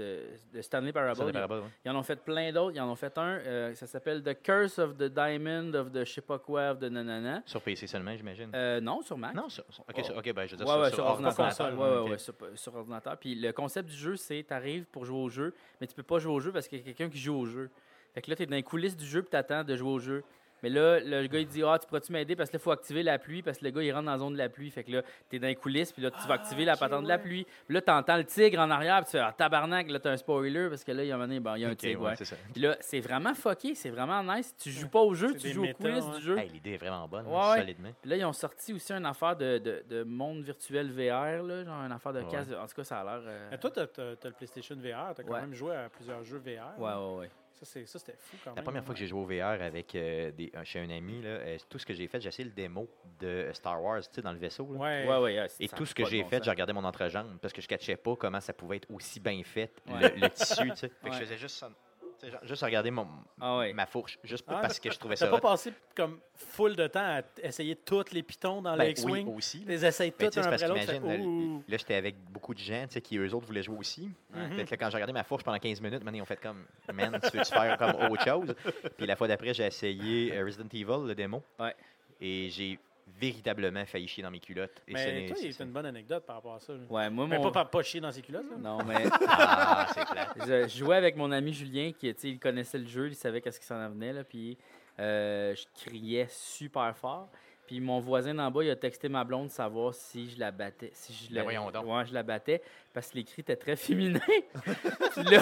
[SPEAKER 3] le Stanley Parable,
[SPEAKER 1] Stanley
[SPEAKER 3] ils-
[SPEAKER 1] Parable, ouais.
[SPEAKER 3] Ils en ont fait plein d'autres. Ils en ont fait un, euh, ça s'appelle The Curse of the Diamond of the je sais pas quoi of the nanana.
[SPEAKER 1] Sur PC seulement, j'imagine.
[SPEAKER 3] Euh, non, sur Mac.
[SPEAKER 1] Hmm. non, sur, sur- ok,
[SPEAKER 3] oh.
[SPEAKER 1] sur- ok, ben, je veux dire,
[SPEAKER 3] Ouais,
[SPEAKER 1] sur,
[SPEAKER 3] ouais,
[SPEAKER 1] sur
[SPEAKER 3] sur ordinateur.
[SPEAKER 1] ordinateur,
[SPEAKER 3] Ouais, ouais,
[SPEAKER 1] ok.
[SPEAKER 3] ouais, sur, sur ordinateur. Puis le concept du jeu, c'est t'arrives pour jouer au jeu, mais tu peux pas jouer au jeu parce qu'il y a quelqu'un qui joue au jeu. Fait que là, t'es dans les coulisses du jeu puis t'attends de jouer au jeu. Mais là, le gars, il dit Ah, tu pourras-tu m'aider parce que là, faut activer la pluie parce que le gars, il rentre dans la zone de la pluie. Fait que là, t'es dans les coulisses puis là, tu vas activer la patente de la pluie. Puis là, t'entends le tigre en arrière puis tu fais Ah, tabarnak, là, t'as un spoiler parce que là, il y a un, moment donné, bon, il y a un
[SPEAKER 1] Ok,
[SPEAKER 3] tigre.
[SPEAKER 1] ouais,
[SPEAKER 3] ouais.
[SPEAKER 1] c'est ça.
[SPEAKER 3] Puis là, c'est vraiment fucké, c'est vraiment nice. Tu joues pas au jeu,
[SPEAKER 5] C'est
[SPEAKER 3] tu
[SPEAKER 5] des
[SPEAKER 3] joues au
[SPEAKER 5] méta,
[SPEAKER 3] quiz
[SPEAKER 5] ouais.
[SPEAKER 3] du jeu.
[SPEAKER 1] Hey, L'idée est vraiment bonne,
[SPEAKER 3] Ouais, ouais.
[SPEAKER 1] solidement.
[SPEAKER 3] Puis là, ils ont sorti aussi une affaire de, de, de monde virtuel VR, là, genre une affaire de
[SPEAKER 1] Ouais.
[SPEAKER 3] casque. En tout cas, ça a l'air. euh,
[SPEAKER 5] Mais toi, t'as t'as- t'as le PlayStation VR. T'as quand
[SPEAKER 3] Ouais.
[SPEAKER 5] même joué à plusieurs jeux VR.
[SPEAKER 3] Ouais, ouais, ouais.
[SPEAKER 5] Ça, c'est- ça, c'était fou quand même.
[SPEAKER 1] La première fois que j'ai joué au VR avec, euh, des- euh, chez un ami, là, euh, tout ce que j'ai fait, j'ai essayé le démo de euh, Star Wars tu sais, dans le vaisseau. là.
[SPEAKER 5] Ouais.
[SPEAKER 3] Ouais, ouais, ouais,
[SPEAKER 1] Et
[SPEAKER 3] ça
[SPEAKER 1] tout
[SPEAKER 3] a
[SPEAKER 1] ce que
[SPEAKER 3] pas de
[SPEAKER 1] j'ai
[SPEAKER 3] bon
[SPEAKER 1] fait,
[SPEAKER 3] sens.
[SPEAKER 1] j'ai regardé mon entrejambe parce que je ne catchais pas comment ça pouvait être aussi bien fait, le-
[SPEAKER 3] Ouais.
[SPEAKER 1] le, tissu. tu sais. Fait que
[SPEAKER 3] Ouais.
[SPEAKER 1] je faisais juste, ça, tu sais, genre, juste regarder mon,
[SPEAKER 3] Ah ouais.
[SPEAKER 1] ma fourche, juste pour-
[SPEAKER 5] Ah,
[SPEAKER 1] parce que je trouvais ça.
[SPEAKER 5] T'as pas
[SPEAKER 1] hot.
[SPEAKER 5] passé comme full de temps à t- essayer toutes les pitons dans
[SPEAKER 1] Ben
[SPEAKER 5] le X-Wing?
[SPEAKER 1] oui, aussi.
[SPEAKER 5] Tu
[SPEAKER 1] là.
[SPEAKER 5] les essayes
[SPEAKER 1] Mais
[SPEAKER 5] toutes
[SPEAKER 1] tu sais,
[SPEAKER 5] un
[SPEAKER 1] c'est parce
[SPEAKER 5] après l'autre.
[SPEAKER 1] qu'imagine,
[SPEAKER 5] fait,
[SPEAKER 1] là,
[SPEAKER 5] ouh.
[SPEAKER 1] là, j'étais avec beaucoup de gens tu sais, qui, eux autres, voulaient jouer aussi.
[SPEAKER 5] Mhm.
[SPEAKER 1] Fait que là, quand j'ai regardé ma fourche pendant 15 minutes, man, ils ont fait comme, man, tu veux-tu faire comme autre chose? Puis la fois d'après, j'ai essayé euh, Resident Evil, le démo.
[SPEAKER 3] Ouais.
[SPEAKER 1] Et j'ai véritablement failli chier dans mes culottes. Et ce
[SPEAKER 5] Mais
[SPEAKER 1] n'est-
[SPEAKER 5] toi,
[SPEAKER 1] c'est-
[SPEAKER 5] c'est une bonne anecdote par rapport à ça. là.
[SPEAKER 3] Ouais, moi,
[SPEAKER 5] Mais
[SPEAKER 3] mon.
[SPEAKER 5] pas par pas chier dans ses culottes. là.
[SPEAKER 1] [LAUGHS]
[SPEAKER 3] Non, mais
[SPEAKER 1] Ah, c'est clair.
[SPEAKER 3] je, je jouais avec mon ami Julien qui, tu sais, il connaissait le jeu, il savait qu'est-ce qui s'en venait, là. Puis euh, je criais super fort. Puis mon voisin d'en bas, il a texté ma blonde savoir si je la battais. Si je
[SPEAKER 1] Ben
[SPEAKER 3] la,
[SPEAKER 1] voyons donc.
[SPEAKER 3] Ouais, je la battais parce que les cris étaient très [LAUGHS] féminins. Puis là,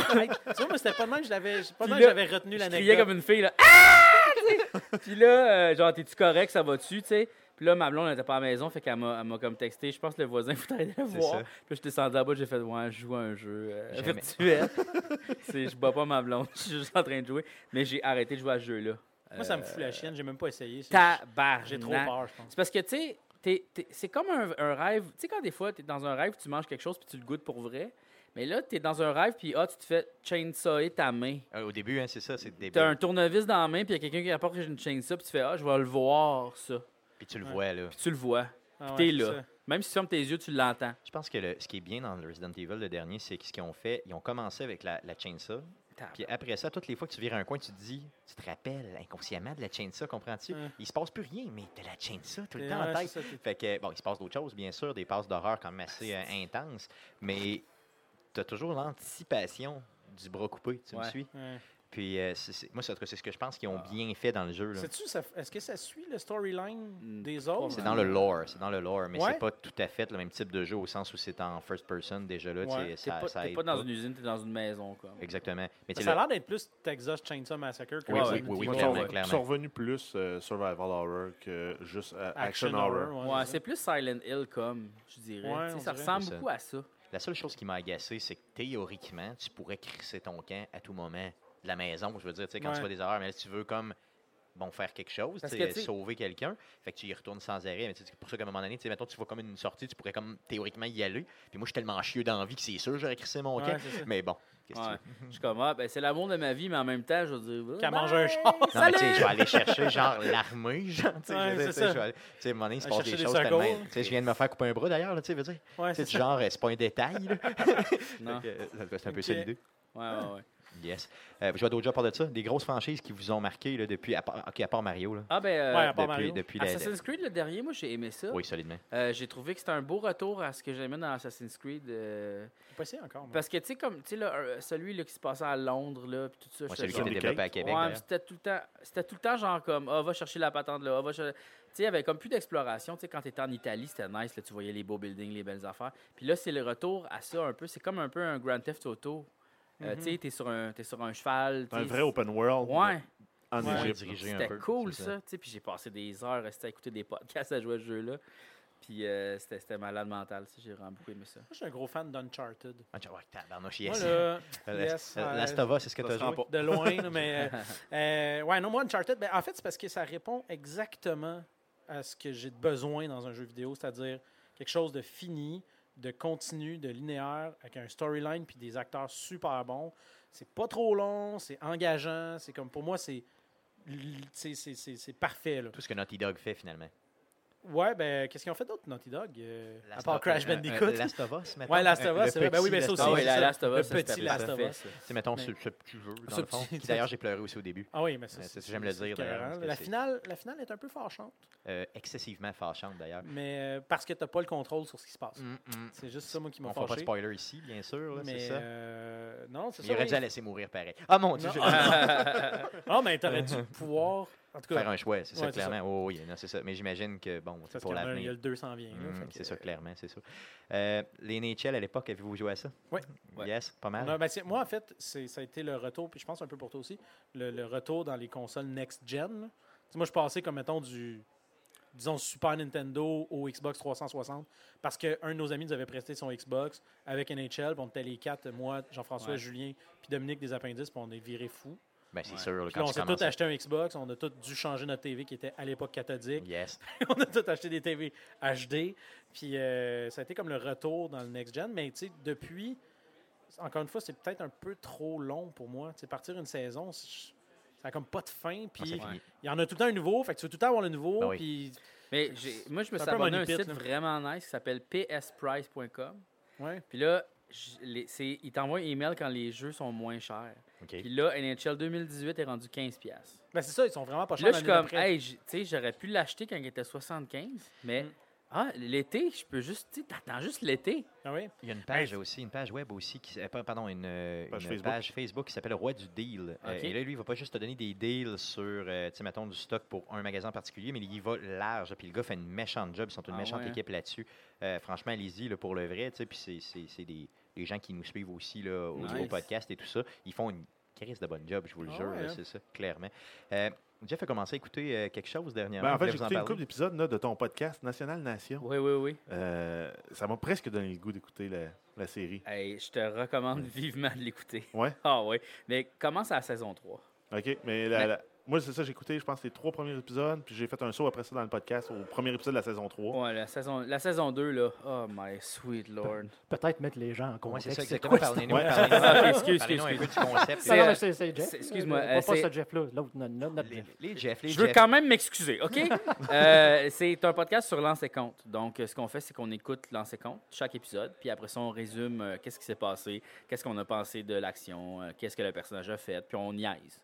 [SPEAKER 5] Tu vois, mais c'était pas de même que je l'avais- pas de
[SPEAKER 3] Puis
[SPEAKER 5] même
[SPEAKER 3] là,
[SPEAKER 5] que j'avais retenu
[SPEAKER 3] Je criais
[SPEAKER 5] l'anecdote.
[SPEAKER 3] comme une fille, là. Ah! Tu sais. Puis là, euh, genre, t'es-tu correct, ça va-tu, tu sais? Puis là, ma blonde, elle était pas à la maison, fait qu'elle m'a elle m'a comme texté. Je pense que le voisin [LAUGHS] voudrait aller la
[SPEAKER 1] C'est
[SPEAKER 3] voir.
[SPEAKER 1] ça.
[SPEAKER 3] Puis là, je descendu là-bas, j'ai fait, ouais, je joue à un jeu euh,
[SPEAKER 1] Jamais.
[SPEAKER 3] virtuel.
[SPEAKER 1] [LAUGHS]
[SPEAKER 3] C'est- je bats pas ma blonde, [LAUGHS] je suis juste en train de jouer. Mais j'ai arrêté de jouer à ce jeu-là. Euh,
[SPEAKER 5] Moi, ça me fout la chienne. J'ai même pas essayé. C'est-
[SPEAKER 3] Tabarnak.
[SPEAKER 5] J'ai trop peur, je pense.
[SPEAKER 3] C'est parce que, tu sais, t'es- t'es- c'est comme un, un rêve. Tu sais, quand des fois, tu es dans un rêve, tu manges quelque chose, puis tu le goûtes pour vrai. Mais là, tu es dans un rêve, puis ah, tu te fais chainsawer ta main.
[SPEAKER 1] Euh, Au début, hein, c'est ça, c'est le début.
[SPEAKER 3] T'as un tournevis dans la main, puis il y a quelqu'un qui apporte une chaîne ça, puis tu fais Ah, je vais le voir, ça.
[SPEAKER 1] Puis tu le vois, là.
[SPEAKER 3] Puis tu le vois.
[SPEAKER 5] Ah ouais,
[SPEAKER 3] T'es
[SPEAKER 5] c'est
[SPEAKER 3] là.
[SPEAKER 5] ça.
[SPEAKER 3] Même si tu fermes tes yeux, tu l'entends.
[SPEAKER 1] Je pense que le- ce qui est bien dans le Resident Evil, le dernier, c'est que ce qu'ils ont fait, ils ont commencé avec la, la chainsaw. Puis après ça, toutes les fois que tu vires un coin, tu te dis, tu te rappelles inconsciemment de la chainsaw, comprends-tu?
[SPEAKER 5] Ouais.
[SPEAKER 1] Il se passe plus rien, mais t'as la chainsaw tout le
[SPEAKER 5] Ouais,
[SPEAKER 1] temps en
[SPEAKER 5] c'est
[SPEAKER 1] tête.
[SPEAKER 5] ça, t'es-
[SPEAKER 1] Fait que, bon, il se passe d'autres choses, bien sûr, des passes d'horreur quand même assez euh, intenses, mais t'as toujours l'anticipation du bras coupé, tu me
[SPEAKER 3] Ouais.
[SPEAKER 1] suis?
[SPEAKER 5] ouais. Ah.
[SPEAKER 1] Puis, euh, c'est- c'est- moi, c'est en tout cas, c'est ce que je pense qu'ils ont bien fait dans le jeu. là.
[SPEAKER 5] Sais-tu, ça- est-ce que ça suit le storyline
[SPEAKER 3] Hmm,
[SPEAKER 5] des autres?
[SPEAKER 1] C'est dans le lore, c'est dans le lore, mais
[SPEAKER 5] Ouais.
[SPEAKER 1] c'est pas tout à fait le même type de jeu au sens où c'est en first person déjà là, tu
[SPEAKER 5] Ouais.
[SPEAKER 1] sais,
[SPEAKER 3] T'es
[SPEAKER 1] ça,
[SPEAKER 3] pas,
[SPEAKER 1] ça
[SPEAKER 3] t'es
[SPEAKER 1] aide
[SPEAKER 3] pas dans
[SPEAKER 1] pas.
[SPEAKER 3] une usine, t'es dans une maison. Quoi.
[SPEAKER 1] Exactement. Mais tu sais,
[SPEAKER 5] Ça a
[SPEAKER 1] le-
[SPEAKER 5] l'air d'être plus Texas Chainsaw Massacre que
[SPEAKER 1] Oui,
[SPEAKER 5] Resident
[SPEAKER 1] oui, oui, oui,
[SPEAKER 5] Evil.
[SPEAKER 4] Ils
[SPEAKER 1] clairement,
[SPEAKER 4] sont,
[SPEAKER 1] clairement.
[SPEAKER 4] ils sont revenus plus euh, survival horror que juste euh, action, horror.
[SPEAKER 3] Ouais, c'est plus Silent Hill comme, je dirais.
[SPEAKER 5] Ouais,
[SPEAKER 3] Tu sais,
[SPEAKER 5] on
[SPEAKER 3] ça
[SPEAKER 5] dirait.
[SPEAKER 3] ressemble
[SPEAKER 1] C'est ça.
[SPEAKER 3] beaucoup à ça.
[SPEAKER 1] la seule chose qui m'a agacé, c'est que théoriquement, tu pourrais crisser ton camp à tout moment de la maison. Je veux dire, tu sais, quand
[SPEAKER 5] Ouais.
[SPEAKER 1] tu fais des erreurs, mais là, si tu veux comme bon faire quelque chose,
[SPEAKER 3] Parce
[SPEAKER 1] tu
[SPEAKER 3] que,
[SPEAKER 1] sais,
[SPEAKER 3] tu sais-
[SPEAKER 1] sauver quelqu'un, fait que tu y retournes sans arrêt. Mais tu sais, c'est pour ça qu'à un moment donné, tu sais, mettons, tu vois comme une sortie, tu pourrais comme théoriquement y aller. Puis moi, je suis tellement chieux d'envie que c'est sûr j'aurais crissé mon
[SPEAKER 5] Ouais,
[SPEAKER 1] camp.
[SPEAKER 5] c'est ça.
[SPEAKER 1] Mais bon, qu'est-ce que tu
[SPEAKER 3] Ouais.
[SPEAKER 1] veux?
[SPEAKER 3] Je suis comme, ah, ben, c'est l'amour de ma vie, mais en même temps, je veux dire. ben,
[SPEAKER 5] Qu'elle
[SPEAKER 3] bye.
[SPEAKER 5] mange un char.
[SPEAKER 1] Non, mais tu sais, je vais aller chercher, genre, l'armée, [LAUGHS] genre, tu sais,
[SPEAKER 5] Ouais,
[SPEAKER 1] je veux dire,
[SPEAKER 5] c'est
[SPEAKER 1] tu sais,
[SPEAKER 5] ça.
[SPEAKER 1] je vais aller- tu sais, à un moment donné, il se
[SPEAKER 5] Aller
[SPEAKER 1] passe des
[SPEAKER 5] chercher des
[SPEAKER 1] choses tellement...
[SPEAKER 5] secours.
[SPEAKER 1] Tu sais, je viens de me faire couper un bras, d'ailleurs, là, tu sais, je veux dire,
[SPEAKER 5] Ouais,
[SPEAKER 1] tu sais,
[SPEAKER 5] c'est
[SPEAKER 1] du genre, euh, c'est pas un détail, là.
[SPEAKER 3] Non.
[SPEAKER 1] Fait que, euh, en tout cas, c'est un peu ça
[SPEAKER 5] Ok.
[SPEAKER 1] l'idée.
[SPEAKER 3] Ouais, ouais, ouais.
[SPEAKER 1] Yes. Euh, je vois d'autres jeux à part de ça, des grosses franchises qui vous ont marqué, là, depuis, à part, ok, à part Mario, là.
[SPEAKER 3] Ah, ben, euh,
[SPEAKER 5] Ouais, à part
[SPEAKER 1] depuis,
[SPEAKER 5] Mario. Ah,
[SPEAKER 1] depuis la-
[SPEAKER 3] Assassin's Creed, le dernier, moi, j'ai aimé ça.
[SPEAKER 1] Oui, solidement.
[SPEAKER 3] Euh, j'ai trouvé que c'était un beau retour à ce que j'aimais dans Assassin's Creed. euh,
[SPEAKER 5] J'ai pas essayé encore. moi.
[SPEAKER 3] [LAUGHS] Parce que, tu sais, comme tu sais, là, euh, celui là, qui se passait à Londres, là, puis tout ça.
[SPEAKER 1] Moi,
[SPEAKER 3] j'étais
[SPEAKER 1] celui qui
[SPEAKER 3] comme-
[SPEAKER 1] était développé à Québec,
[SPEAKER 3] Ouais, mais
[SPEAKER 1] d'ailleurs.
[SPEAKER 3] c'était tout le temps, c'était tout le temps genre comme, ah, va chercher la patente là, ah, va chercher... Tu sais, il y avait comme plus d'exploration. Tu sais, quand t'étais en Italie, c'était nice, là, tu voyais les beaux buildings, les belles affaires. Puis là, c'est le retour à ça un peu. C'est comme un peu un Grand Theft Auto.
[SPEAKER 5] Mhm.
[SPEAKER 3] Euh, Tu sais, t'es sur un, t'es sur un cheval.
[SPEAKER 4] C'est un
[SPEAKER 3] t'sais,
[SPEAKER 4] vrai open world
[SPEAKER 3] Ouais,
[SPEAKER 4] en
[SPEAKER 5] Ouais.
[SPEAKER 4] Égypte.
[SPEAKER 1] Dirigé un
[SPEAKER 3] c'était
[SPEAKER 1] peu.
[SPEAKER 3] cool
[SPEAKER 1] c'est
[SPEAKER 3] ça. Tu sais, puis j'ai passé des heures resté à écouter des podcasts à jouer à ce jeu-là. Puis euh, c'était, c'était malade mental, ça. J'ai vraiment beaucoup aimé ça. Ah
[SPEAKER 5] Moi, je suis un gros fan d'Uncharted.
[SPEAKER 1] Ah, tu vois, tabarnouche,
[SPEAKER 5] Moi,
[SPEAKER 1] yes.
[SPEAKER 5] là,
[SPEAKER 1] Euh,
[SPEAKER 5] yes,
[SPEAKER 1] euh,
[SPEAKER 5] euh,
[SPEAKER 1] Last of Us, c'est ce que
[SPEAKER 4] Ça
[SPEAKER 1] t'as
[SPEAKER 4] se rend
[SPEAKER 1] joué?
[SPEAKER 5] de loin,
[SPEAKER 1] [LAUGHS]
[SPEAKER 5] là, mais. euh, euh, ouais, non, moi, Uncharted, ben, en fait, c'est parce que ça répond exactement à ce que j'ai de besoin dans un jeu vidéo, c'est-à-dire quelque chose de fini, de continu, de linéaire, avec un storyline puis des acteurs super bons. C'est pas trop long, c'est engageant, c'est comme pour moi, c'est. l- c'est- C'est c'est- c'est parfait. Là.
[SPEAKER 1] Tout ce que Naughty Dog fait, finalement.
[SPEAKER 5] Ouais, ben, qu'est-ce qu'ils ont fait d'autre, Naughty Dog euh, À
[SPEAKER 1] Last
[SPEAKER 5] part
[SPEAKER 1] of-
[SPEAKER 5] Crash
[SPEAKER 1] euh, euh,
[SPEAKER 5] Bandicoot.
[SPEAKER 1] euh, Last of Us, mettons.
[SPEAKER 5] Ouais, Last of
[SPEAKER 1] Euh,
[SPEAKER 5] Us,
[SPEAKER 1] le
[SPEAKER 5] c'est vrai. Ben oui,
[SPEAKER 1] petit
[SPEAKER 5] ben ça aussi,
[SPEAKER 1] of
[SPEAKER 3] Ah
[SPEAKER 5] c'est
[SPEAKER 3] oui,
[SPEAKER 1] Us.
[SPEAKER 5] ça.
[SPEAKER 3] la Last of
[SPEAKER 5] le
[SPEAKER 3] Us, ça, c'était
[SPEAKER 5] petit Last of
[SPEAKER 3] parfait,
[SPEAKER 5] Us.
[SPEAKER 3] ça.
[SPEAKER 1] Tu sais, mettons,
[SPEAKER 5] Mais-
[SPEAKER 1] ce, ce petit jeu, dans
[SPEAKER 5] Ce
[SPEAKER 1] le fond,
[SPEAKER 5] petit-
[SPEAKER 1] qui d'ailleurs, j'ai pleuré aussi au début.
[SPEAKER 5] Ah oui, mais ça,
[SPEAKER 1] Ouais,
[SPEAKER 5] c'est-
[SPEAKER 1] c'est- Euh, j'aime le
[SPEAKER 5] c'est
[SPEAKER 1] dire, d'ailleurs,
[SPEAKER 5] écœurant,
[SPEAKER 1] parce
[SPEAKER 5] là.
[SPEAKER 1] que
[SPEAKER 5] La
[SPEAKER 1] c'est-
[SPEAKER 5] finale, la finale est un peu fâchante,
[SPEAKER 1] Euh, excessivement fâchante, d'ailleurs.
[SPEAKER 5] mais euh, parce que t'as pas le contrôle sur ce qui se passe.
[SPEAKER 1] Mm, mm.
[SPEAKER 5] C'est juste ça, moi, qui
[SPEAKER 1] On
[SPEAKER 5] m'a
[SPEAKER 1] ne fera pas de
[SPEAKER 5] fâché.
[SPEAKER 1] spoiler ici, bien sûr, là,
[SPEAKER 5] mais
[SPEAKER 1] c'est ça.
[SPEAKER 5] euh, non, c'est
[SPEAKER 1] Mais
[SPEAKER 5] ça.
[SPEAKER 1] il aurait
[SPEAKER 5] oui.
[SPEAKER 1] dû
[SPEAKER 5] [LAUGHS]
[SPEAKER 1] la laisser mourir pareil. Ah mon Dieu,
[SPEAKER 5] Non. [LAUGHS]
[SPEAKER 1] je-
[SPEAKER 5] Ah, mais
[SPEAKER 1] [LAUGHS]
[SPEAKER 5] t'aurais dû pouvoir. En tout cas,
[SPEAKER 1] faire un choix, c'est
[SPEAKER 5] Ouais,
[SPEAKER 1] ça,
[SPEAKER 5] c'est ça.
[SPEAKER 1] clairement. Oh, oui, non, c'est ça. Mais j'imagine que, bon,
[SPEAKER 5] parce
[SPEAKER 1] pour
[SPEAKER 5] qu'il y en a un, il y
[SPEAKER 1] l'avenir.
[SPEAKER 5] a le 200 vient. là,
[SPEAKER 1] Mm,
[SPEAKER 5] fait que,
[SPEAKER 1] c'est ça,
[SPEAKER 5] euh,
[SPEAKER 1] clairement, c'est ça. Euh, les NHL, à l'époque, avez-vous joué à ça?
[SPEAKER 5] Ouais.
[SPEAKER 3] Ouais.
[SPEAKER 1] Yes, pas mal.
[SPEAKER 5] non, ben, c'est- moi, en fait, c'est- ça a été le retour, puis je pense un peu pour toi aussi, le, le retour dans les consoles next-gen. là. Tu sais, Moi, je passais comme, mettons, du, disons, Super Nintendo au Xbox 360, parce qu'un de nos amis nous avait presté son Xbox avec NHL, puis on était les quatre, moi, Jean-François,
[SPEAKER 3] Ouais.
[SPEAKER 5] Julien, puis Dominique des Appendices, puis on est viré fou.
[SPEAKER 1] Ben, c'est
[SPEAKER 3] Ouais.
[SPEAKER 1] sûr, là,
[SPEAKER 5] Puis
[SPEAKER 1] quand
[SPEAKER 5] là, on
[SPEAKER 1] tu
[SPEAKER 5] s'est
[SPEAKER 1] commences
[SPEAKER 5] tous acheté un Xbox, on a tous dû changer notre TV qui était à l'époque cathodique.
[SPEAKER 1] Yes. Ah,
[SPEAKER 5] [LAUGHS] on a tout acheté des TV HD. Puis euh, ça a été comme le retour dans le next-gen. Mais tu sais, depuis, encore une fois, c'est peut-être un peu trop long pour moi. Tu sais, partir une saison, c'est- ça a comme pas de fin.
[SPEAKER 1] Non, c'est
[SPEAKER 5] Puis
[SPEAKER 1] fini.
[SPEAKER 5] il y en a tout le temps un nouveau. Fait que tu veux tout le temps avoir le nouveau.
[SPEAKER 1] Ben oui.
[SPEAKER 5] Puis
[SPEAKER 3] Mais j'ai- moi, je me
[SPEAKER 5] C'est
[SPEAKER 3] suis
[SPEAKER 5] un peu
[SPEAKER 3] abonné à
[SPEAKER 5] Money
[SPEAKER 3] un
[SPEAKER 5] Pit,
[SPEAKER 3] site
[SPEAKER 5] là.
[SPEAKER 3] vraiment nice qui s'appelle psprice.com.
[SPEAKER 5] ouais.
[SPEAKER 3] Puis là, j- les- c'est- ils t'envoient un email quand les jeux sont moins chers.
[SPEAKER 1] OK.
[SPEAKER 3] Puis là, NHL 2018 est rendu 15$. piastres.
[SPEAKER 5] Ben, c'est ça, ils sont vraiment pas
[SPEAKER 3] Puis
[SPEAKER 5] chers.
[SPEAKER 3] là, je suis
[SPEAKER 5] l'année
[SPEAKER 3] comme,
[SPEAKER 5] d'après. Mm.
[SPEAKER 3] hey, j- tu sais, j'aurais pu l'acheter quand il était 75$, mais ah, l'été, je peux juste, tu sais, t'attends juste l'été.
[SPEAKER 5] Ah oui?
[SPEAKER 1] Il y a une page aussi, une page web aussi, qui, s- euh, pa- pardon, une, euh, une
[SPEAKER 4] Page
[SPEAKER 1] page,
[SPEAKER 4] Facebook.
[SPEAKER 1] Facebook. qui s'appelle Roi du Deal. Euh,
[SPEAKER 3] Ok.
[SPEAKER 1] et là, lui, il va pas juste te donner des deals sur, euh, tu sais, mettons, du stock pour un magasin en particulier, mais il va large. Puis le gars fait une méchante job. Ils sont une
[SPEAKER 3] Ah
[SPEAKER 1] méchante
[SPEAKER 3] ouais, hein?
[SPEAKER 1] équipe là-dessus. Euh, franchement, allez-y, là, pour le vrai. tu sais, Puis c'est- c'est c'est des, des gens qui nous suivent aussi là, au niveau
[SPEAKER 3] Nice.
[SPEAKER 1] podcast et tout ça. Ils font une crise de bonne job, je vous le
[SPEAKER 5] Ah
[SPEAKER 1] jure. là,
[SPEAKER 5] ouais, hein?
[SPEAKER 1] c'est ça, clairement. Euh, Jeff a commencé à écouter euh, quelque chose dernièrement.
[SPEAKER 4] Ben, en
[SPEAKER 1] Vous
[SPEAKER 4] fait,
[SPEAKER 1] voulez
[SPEAKER 4] j'ai
[SPEAKER 1] vous en
[SPEAKER 4] écouté une
[SPEAKER 1] parler?
[SPEAKER 4] couple d'épisodes là, de ton podcast National Nation.
[SPEAKER 3] Oui, oui, oui.
[SPEAKER 4] Euh, ça m'a presque donné le goût d'écouter la, la série.
[SPEAKER 3] Hey, je te
[SPEAKER 5] Mm.
[SPEAKER 3] recommande vivement de l'écouter.
[SPEAKER 4] Ouais.
[SPEAKER 3] [LAUGHS] Ah oui. Mais commence à la saison 3.
[SPEAKER 4] OK, mais la-
[SPEAKER 3] Mais-
[SPEAKER 4] la- moi, c'est ça, j'ai écouté, je pense, les trois premiers épisodes, puis j'ai fait un saut après ça dans le podcast, au premier épisode de la saison 3.
[SPEAKER 5] Oh.
[SPEAKER 3] Ouais, la saison, la saison 2, là. Oh my sweet lord.
[SPEAKER 6] Peut-être mettre les gens en
[SPEAKER 1] Ouais,
[SPEAKER 6] contexte.
[SPEAKER 1] c'est ça, exactement.
[SPEAKER 6] quoi cette
[SPEAKER 1] Parlez-nous.
[SPEAKER 4] Ouais.
[SPEAKER 1] parlez-nous-
[SPEAKER 3] Ah, excuse,
[SPEAKER 1] parlez-nous un peu
[SPEAKER 3] excuse,
[SPEAKER 1] du concept.
[SPEAKER 6] Non,
[SPEAKER 3] C'est,
[SPEAKER 6] non,
[SPEAKER 3] euh,
[SPEAKER 6] mais c'est- c'est Jeff.
[SPEAKER 3] c'est- excuse-moi,
[SPEAKER 6] Pas-
[SPEAKER 3] euh,
[SPEAKER 6] Pas
[SPEAKER 3] c'est-
[SPEAKER 6] ce Jeff-là, l'autre, no- no- notre
[SPEAKER 1] Les,
[SPEAKER 6] Jeff.
[SPEAKER 1] les Jeff, les
[SPEAKER 3] Je veux
[SPEAKER 1] Jeff.
[SPEAKER 3] quand même m'excuser, OK? Euh, c'est un podcast sur Lance et compte. Donc, euh, ce qu'on fait, c'est qu'on écoute Lance et compte, chaque épisode, puis après ça, on résume euh, qu'est-ce qui s'est passé, qu'est-ce qu'on a pensé de l'action, euh, qu'est-ce que le personnage a fait, puis on niaise.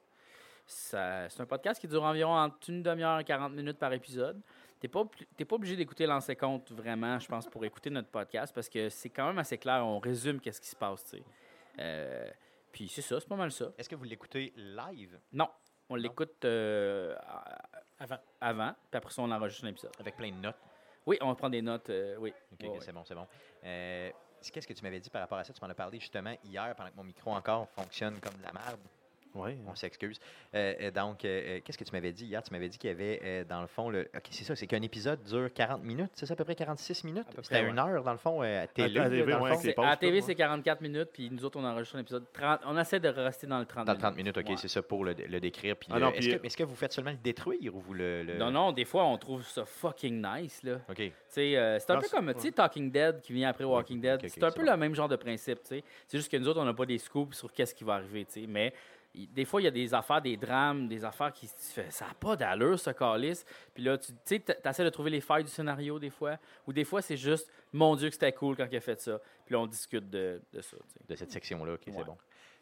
[SPEAKER 3] Ça- C'est un podcast qui dure environ entre une demi-heure et 40 minutes par épisode. T'es pas, obli- t'es pas obligé d'écouter Lance et compte vraiment, je pense, pour écouter notre podcast, parce que c'est quand même assez clair, on résume qu'est-ce qui se passe, tu sais. Euh, Puis c'est ça, c'est pas mal ça.
[SPEAKER 1] Est-ce que vous l'écoutez live
[SPEAKER 3] Non, on l'écoute euh, à-
[SPEAKER 5] Avant.
[SPEAKER 3] avant, puis après ça, on enregistre l'épisode.
[SPEAKER 1] avec plein de notes?
[SPEAKER 3] Oui, on prend des notes, euh, oui.
[SPEAKER 1] Ok,
[SPEAKER 3] Ouais,
[SPEAKER 1] ok,
[SPEAKER 3] ouais.
[SPEAKER 1] c'est bon, c'est bon. Euh, c- Qu'est-ce que tu m'avais dit par rapport à ça? Tu m'en as parlé justement hier pendant que mon micro encore fonctionne comme de la merde.
[SPEAKER 4] Oui.
[SPEAKER 1] On s'excuse. Euh, euh, donc, euh, euh, qu'est-ce que tu m'avais dit hier? Tu m'avais dit qu'il y avait, euh, dans le fond, le... OK, c'est ça, c'est qu'un épisode dure 40 minutes, c'est ça, à peu près 46 minutes?
[SPEAKER 3] À peu
[SPEAKER 1] C'était
[SPEAKER 3] près,
[SPEAKER 1] une heure, dans le fond, euh, à télé.
[SPEAKER 4] à
[SPEAKER 1] là,
[SPEAKER 4] TV,
[SPEAKER 1] dans
[SPEAKER 4] ouais,
[SPEAKER 1] le
[SPEAKER 4] avec
[SPEAKER 1] fond.
[SPEAKER 4] les
[SPEAKER 3] C'est-
[SPEAKER 4] pauses,
[SPEAKER 3] à la
[SPEAKER 4] tout,
[SPEAKER 3] TV,
[SPEAKER 4] ouais.
[SPEAKER 3] c'est 44 minutes, puis nous autres, on enregistre un épisode 30. On essaie de rester dans le 30
[SPEAKER 1] Dans
[SPEAKER 3] minutes.
[SPEAKER 1] 30 minutes, OK,
[SPEAKER 3] Ouais.
[SPEAKER 1] c'est ça, pour le, le décrire. Puis
[SPEAKER 4] Ah
[SPEAKER 1] le-
[SPEAKER 4] non,
[SPEAKER 1] est-ce
[SPEAKER 4] puis,
[SPEAKER 1] que,
[SPEAKER 4] euh,
[SPEAKER 1] est-ce que vous faites seulement le détruire ou vous le... le-
[SPEAKER 3] Non, non, des fois, on trouve ça fucking nice, là.
[SPEAKER 1] OK.
[SPEAKER 3] Tu sais, euh, c'est un
[SPEAKER 4] Dans
[SPEAKER 3] peu
[SPEAKER 4] ce-
[SPEAKER 3] comme tu sais, Talking Dead qui vient après Walking Dead.
[SPEAKER 1] ok, ok,
[SPEAKER 3] c'est un
[SPEAKER 1] c'est
[SPEAKER 3] peu
[SPEAKER 1] bon.
[SPEAKER 3] le même genre de principe. tu sais. C'est juste que nous autres, on n'a pas des scoops sur qu'est-ce qui va arriver. tu sais. Mais il- des fois, il y a des affaires, des drames, des affaires qui tu fais, ça n'a pas d'allure, ce calice. Puis là, tu sais, essaies de trouver les failles du scénario des fois. Ou des fois, c'est juste, mon Dieu, que c'était cool quand il a fait ça. Puis là, on discute de, de ça. tu sais.
[SPEAKER 1] De cette section-là, OK,
[SPEAKER 3] Ouais.
[SPEAKER 1] c'est bon.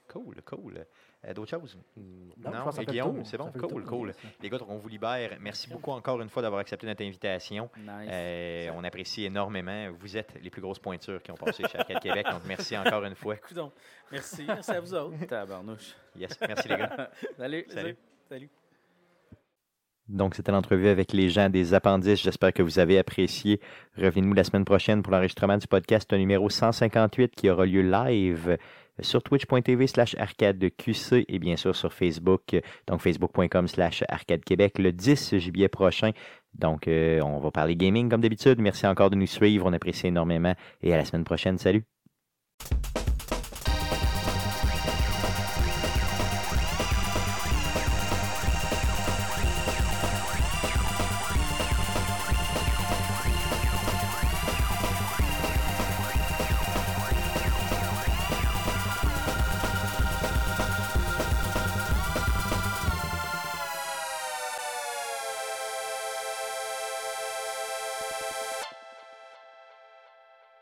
[SPEAKER 1] Cool, cool. Euh, D'autres choses?
[SPEAKER 6] Non, je pense que ça
[SPEAKER 1] et
[SPEAKER 6] fait le
[SPEAKER 1] Guillaume,
[SPEAKER 6] tour.
[SPEAKER 1] c'est bon,
[SPEAKER 6] Ça fait le
[SPEAKER 1] cool,
[SPEAKER 6] tour.
[SPEAKER 1] cool. Les gars, on vous libère. Merci beaucoup encore une fois d'avoir accepté notre invitation.
[SPEAKER 3] Nice.
[SPEAKER 1] Euh, on apprécie énormément. Vous êtes les plus grosses pointures qui ont passé chez Arcade Québec. Donc, merci encore une fois.
[SPEAKER 5] Coudon. [LAUGHS] Merci. Merci à vous autres.
[SPEAKER 1] [LAUGHS]
[SPEAKER 3] Tabarnouche.
[SPEAKER 1] Yes, merci les gars.
[SPEAKER 3] Salut.
[SPEAKER 1] Salut.
[SPEAKER 9] Donc, c'était l'entrevue avec les gens des appendices. J'espère que vous avez apprécié. Revenez-nous la semaine prochaine pour l'enregistrement du podcast numéro 158 qui aura lieu live sur twitch.tv slash arcadeqc et bien sûr sur Facebook, donc facebook.com slash arcadequebec le 10 juillet prochain. Donc, euh, on va parler gaming comme d'habitude. Merci encore de nous suivre. On apprécie énormément et à la semaine prochaine. Salut!